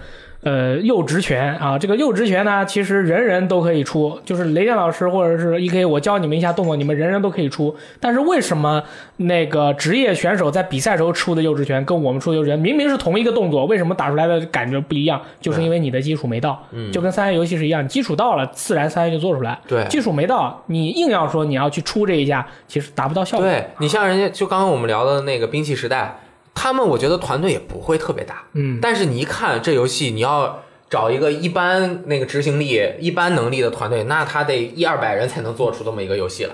呃，右职权啊，这个右职权呢，其实人人都可以出，就是雷电老师或者是 E K，我教你们一下动作，你们人人都可以出。但是为什么那个职业选手在比赛时候出的右职权跟我们出的右职权明明是同一个动作，为什么打出来的感觉不一样？就是因为你的基础没到，就跟三 A 游戏是一样，基础到了，自然三 A 就做出来。
嗯对
基础没到，你硬要说你要去出这一下，其实达不到效果。
对你像人家，就刚刚我们聊的那个兵器时代，他们我觉得团队也不会特别大，
嗯，
但是你一看这游戏，你要找一个一般那个执行力、一般能力的团队，那他得一二百人才能做出这么一个游戏来。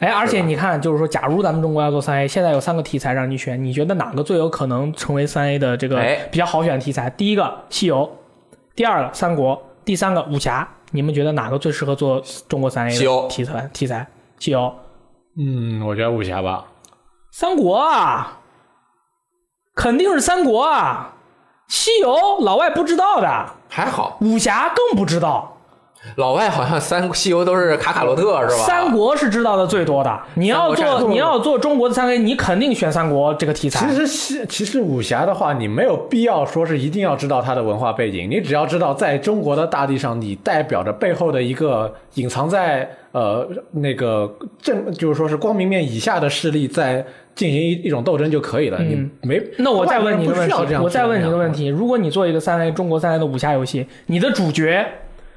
哎，而且你看，就是说，假如咱们中国要做三 A，现在有三个题材让你选，你觉得哪个最有可能成为三 A 的这个
哎
比较好选的题材？第一个西游，第二个三国，第三个武侠，你们觉得哪个最适合做中国三 A
西游
的题材？题材西游、
嗯，我觉得武侠吧，
三国啊，肯定是三国啊。西游老外不知道的，
还好，
武侠更不知道。
老外好像三 西游都是卡卡罗特是吧？
三国是知道的最多的。你要
三国
做
战
你要做中国的三 A，你肯定选三国这个题材。
其实是其实武侠的话，你没有必要说是一定要知道它的文化背景，你只要知道在中国的大地上，你代表着背后的一个隐藏在呃那个正就是说是光明面以下的势力在进行一一种斗争就可以了。你没
嗯那我再问你一个
外国
问
人不需要这
题，
样
我再问你一个问
题，
题：如果你做一个三 A 中国三 A 的武侠游戏，你的主角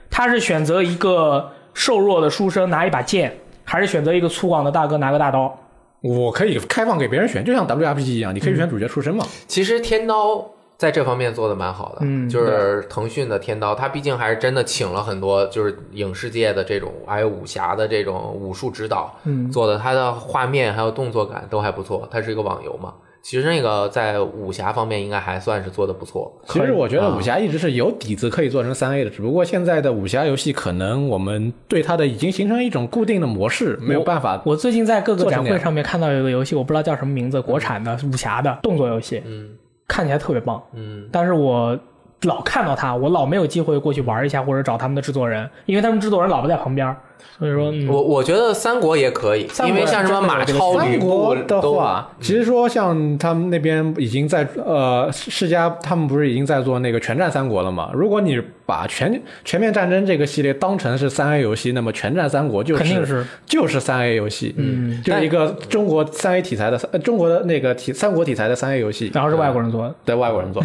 他是选择一个瘦弱的书生拿一把剑，还是选择一个粗犷的大哥拿个大刀？
我可以开放给别人选，就像 WRPG 一样，你可
嗯
以选主角出身嘛。
其实天刀在这方面做的蛮好的，
嗯
就是腾讯的天刀，它毕竟还是真的请了很多就是影视界的这种，还有武侠的这种武术指导，
嗯
做的它的画面还有动作感都还不错。它是一个网游嘛，其实那个在武侠方面应该还算是做的不错。
其
可以
实我觉得
啊
武侠一直是有底子可以做成三 A 的，只不过现在的武侠游戏可能我们对它的已经形成一种固定的模式，没有办法
我最近在各个
做
展
成那
会
样
上面看到有一个游戏，我不知道叫什么名字，国产的武侠的动作游戏，
嗯
看起来特别棒，
嗯，
但是我。老看到它，我老没有机会过去玩一下或者找他们的制作人，因为他们制作人老不在旁边，所以说，嗯、
我我觉得三国也可以，
三
因
国
为像什么马超、
三
吕
国
布
的
都啊
话，其实说像他们那边已经在呃世家，他们不是已经在做那个全战三国了吗？如果你把全全面战争这个系列当成是三 A 游戏，那么全战三国就是
肯定是
就是三 A 游戏，嗯，就是一个中国三 A 题材的、呃、中国的那个题三国题材的三 A 游戏，
然后是外国人做的，
对外国 人做。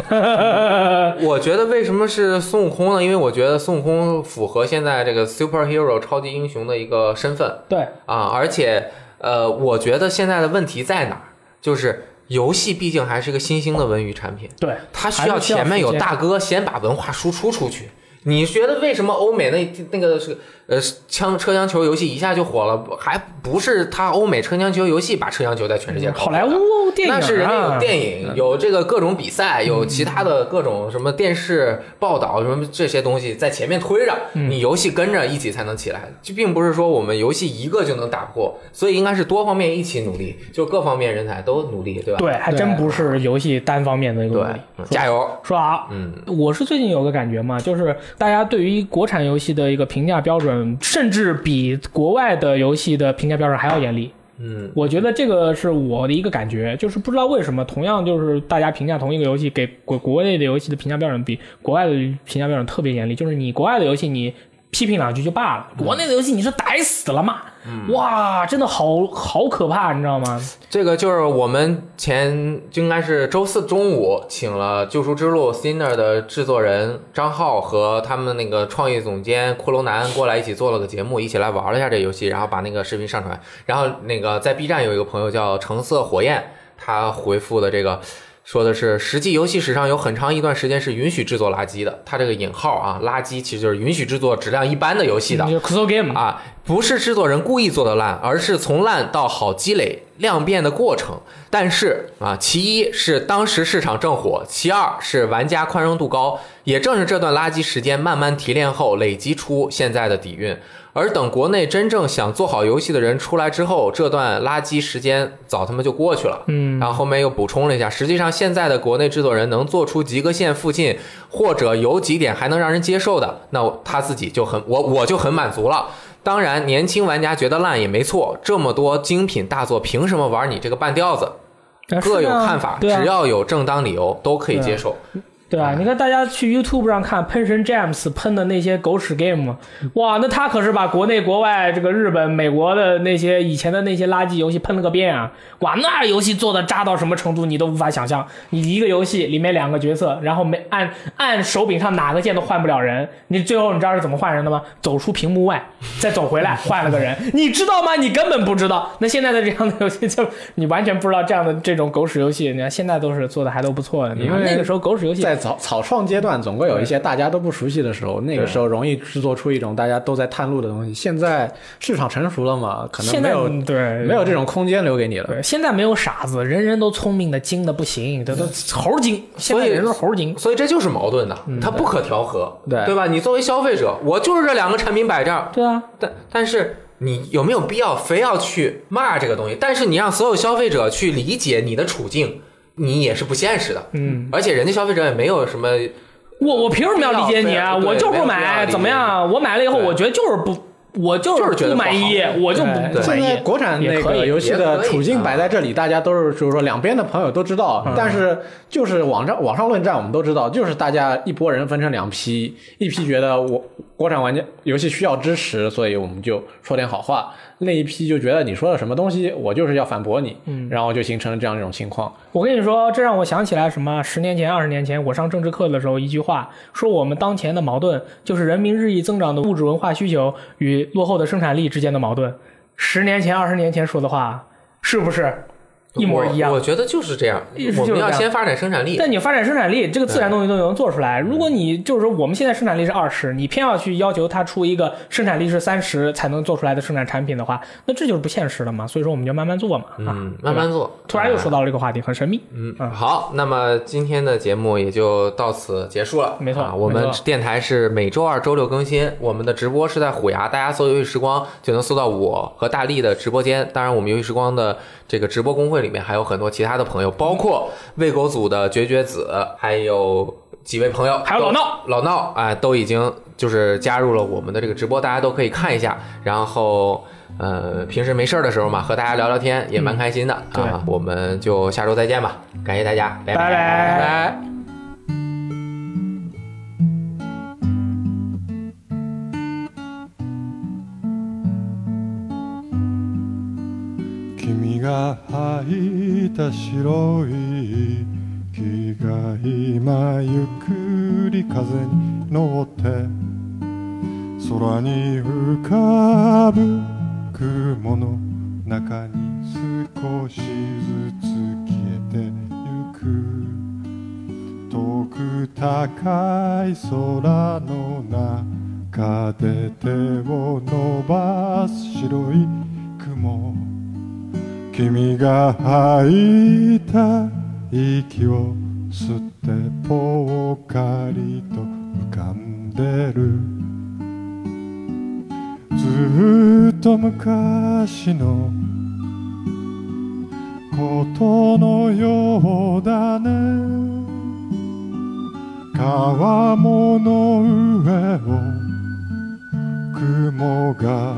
我觉得为什么是孙悟空呢？因为我觉得孙悟空符合现在这个 superhero 超级英雄的一个身份
对，
啊，而且呃，我觉得现在的问题在哪儿？就是游戏毕竟还是个新兴的文娱产品，
对，
它
还
需
是
要
需要
前面有
时间
大哥先把文化输出出去。你觉得为什么欧美那那个是呃枪车厢球游戏一下就火了？还不是他欧美车厢球游戏把车厢球在全世界
嗯
搞火
好
的
莱坞电影、啊，
那是人家有电影，有这个各种比赛，有其他的各种什么电视报道，什么这些东西在前面推着，
嗯
你游戏跟着一起才能起来，就并不是说我们游戏一个就能打破，所以应该是多方面一起努力，就各方面人才都努力，对吧？
对，还真不是游戏单方面的一个
啊对
问题。，
嗯加油！
说啊，
嗯，
我是最近有个感觉嘛，就是大家对于国产游戏的一个评价标准，甚至比国外的游戏的评价标准还要严厉。
嗯，
我觉得这个是我的一个感觉，就是不知道为什么，同样就是大家评价同一个游戏，给国国内的游戏的评价标准比国外的评价标准特别严厉，就是你国外的游戏你。批评两句就罢了，国内的游戏你是逮死了骂，
嗯
哇，真的好好可怕，你知道吗？
这个就是我们前就应该是周四中午请了《救赎之路》Sinner 的制作人张浩和他们那个创意总监骷髅男过来一起做了个节目，一起来玩了一下这游戏，然后把那个视频上传。然后那个在 B 站有一个朋友叫橙色火焰，他回复的这个。说的是，实际游戏史上有很长一段时间是允许制作垃圾的。他这个引号啊，垃圾其实就是允许制作质量一般的游戏的。
就是 c o s o Game
啊，不是制作人故意做的烂，而是从烂到好积累量变的过程。但是啊，其一是当时市场正火，其二是玩家宽容度高。也正是这段垃圾时间慢慢提炼后，累积出现在的底蕴。而等国内真正想做好游戏的人出来之后，这段垃圾时间早他妈就过去了。
嗯
然后后面又补充了一下，实际上现在的国内制作人能做出及格线附近或者有几点还能让人接受的，那我他自己就很我我就很满足了。当然，年轻玩家觉得烂也没错，这么多精品大作，凭什么玩你这个半吊子？
啊
各
是
有
啊
看法，
对啊
只要有正当理由都可以接受。
对
哎
啊，你看大家去 YouTube 上看喷神 James 喷的那些狗屎 game，哇，那他可是把国内、国外、这个日本、美国的那些以前的那些垃圾游戏喷了个遍啊！哇，那游戏做的渣到什么程度，你都无法想象。你一个游戏里面两个角色，然后没按按手柄上哪个键都换不了人，你最后你知道是怎么换人的吗？走出屏幕外，再走回来换了个 人，你知道吗？你根本不知道。那现在的这样的游戏，就你完全不知道这样的这种狗屎游戏，你看现在都是做的还都不错的。你看
因为
那个时候狗屎游戏
在草草创阶段，总会有一些大家都不熟悉的时候，那个时候容易制作出一种大家都在探路的东西。现在市场成熟了嘛，可能
现
没
在
有
嗯对
没有这种空间留给你了。
对，现在没有傻子，人人都聪明的精的不行，这都猴精，现在
嗯所以
人都是猴精。
所以这就是矛盾的，
嗯
它不可调和，
对
对吧？你作为消费者，我就是这两个产品摆这儿，
对啊，
但但是你有没有必要非要去骂这个东西？但是你让所有消费者去理解你的处境，你也是不现实的。
嗯，
而且人家消费者也没有什么
我我凭什么要理解你啊？
非要
我就
对
不
没有必要理
买，
解
怎么样啊？我买了以后，
对
我觉得就是不，我就
就是觉得
不
不
满意，我就不不满
现
意
在。国产
也
那
可
个
以
游戏
也
的
可以
处境摆在这里，大家都是就是说两边的朋友都知道，但是就是网上网上论战我们都知道，就是大家一拨人分成两批，一批觉得我国产玩家游戏需要支持，所以我们就说点好话；另一批就觉得你说的什么东西，我就是要反驳你，然后就形成了这样一种情况。
我跟你说，这让我想起来什么？十年前、二十年前，我上政治课的时候，一句话说，我们当前的矛盾就是人民日益增长的物质文化需求与落后的生产力之间的矛盾。十年前、二十年前说的话，是不是一模一样
我？我觉得就是这样
一直，就
我
是
们
这
要
样
先发展生产力。
但你发展生产力，这个自然东西都能做出来。
嗯
如果你就是说我们现在生产力是二十，你偏要去要求它出一个生产力是三十才能做出来的生产产品的话，那这就是不现实的嘛。所以说，我们就慢慢做嘛。啊，
嗯，慢慢做。
突然又说
到，
到了这个话题，很神秘。
嗯
嗯，
好，那么今天的节目也就到此结束了。
没错
啊我们
没错
电台是每周二、周六更新，我们的直播是在虎牙，大家搜“游戏时光”就能搜到我和大力的直播间。当然，我们“游戏时光”的这个直播公会里面还有很多其他的朋友，包括喂狗组的绝绝子，还有几位朋友，
还有老
都
闹
老闹啊、都已经就是加入了我们的这个直播，大家都可以看一下。然后，呃，平时没事儿的时候嘛，和大家聊聊天也蛮开心的、
嗯对
啊。我们就下周再见吧，感谢大家，拜
拜拜
拜拜
君が履いた白い木が今ゆっくり風に乗って空に浮かぶ雲の中に少しずつ消えてゆく遠く高い空の中で手を伸ばす白い雲君が吐いた息を吸ってぽっかりと浮かんでるずっと昔のことのようだね川もの上を雲が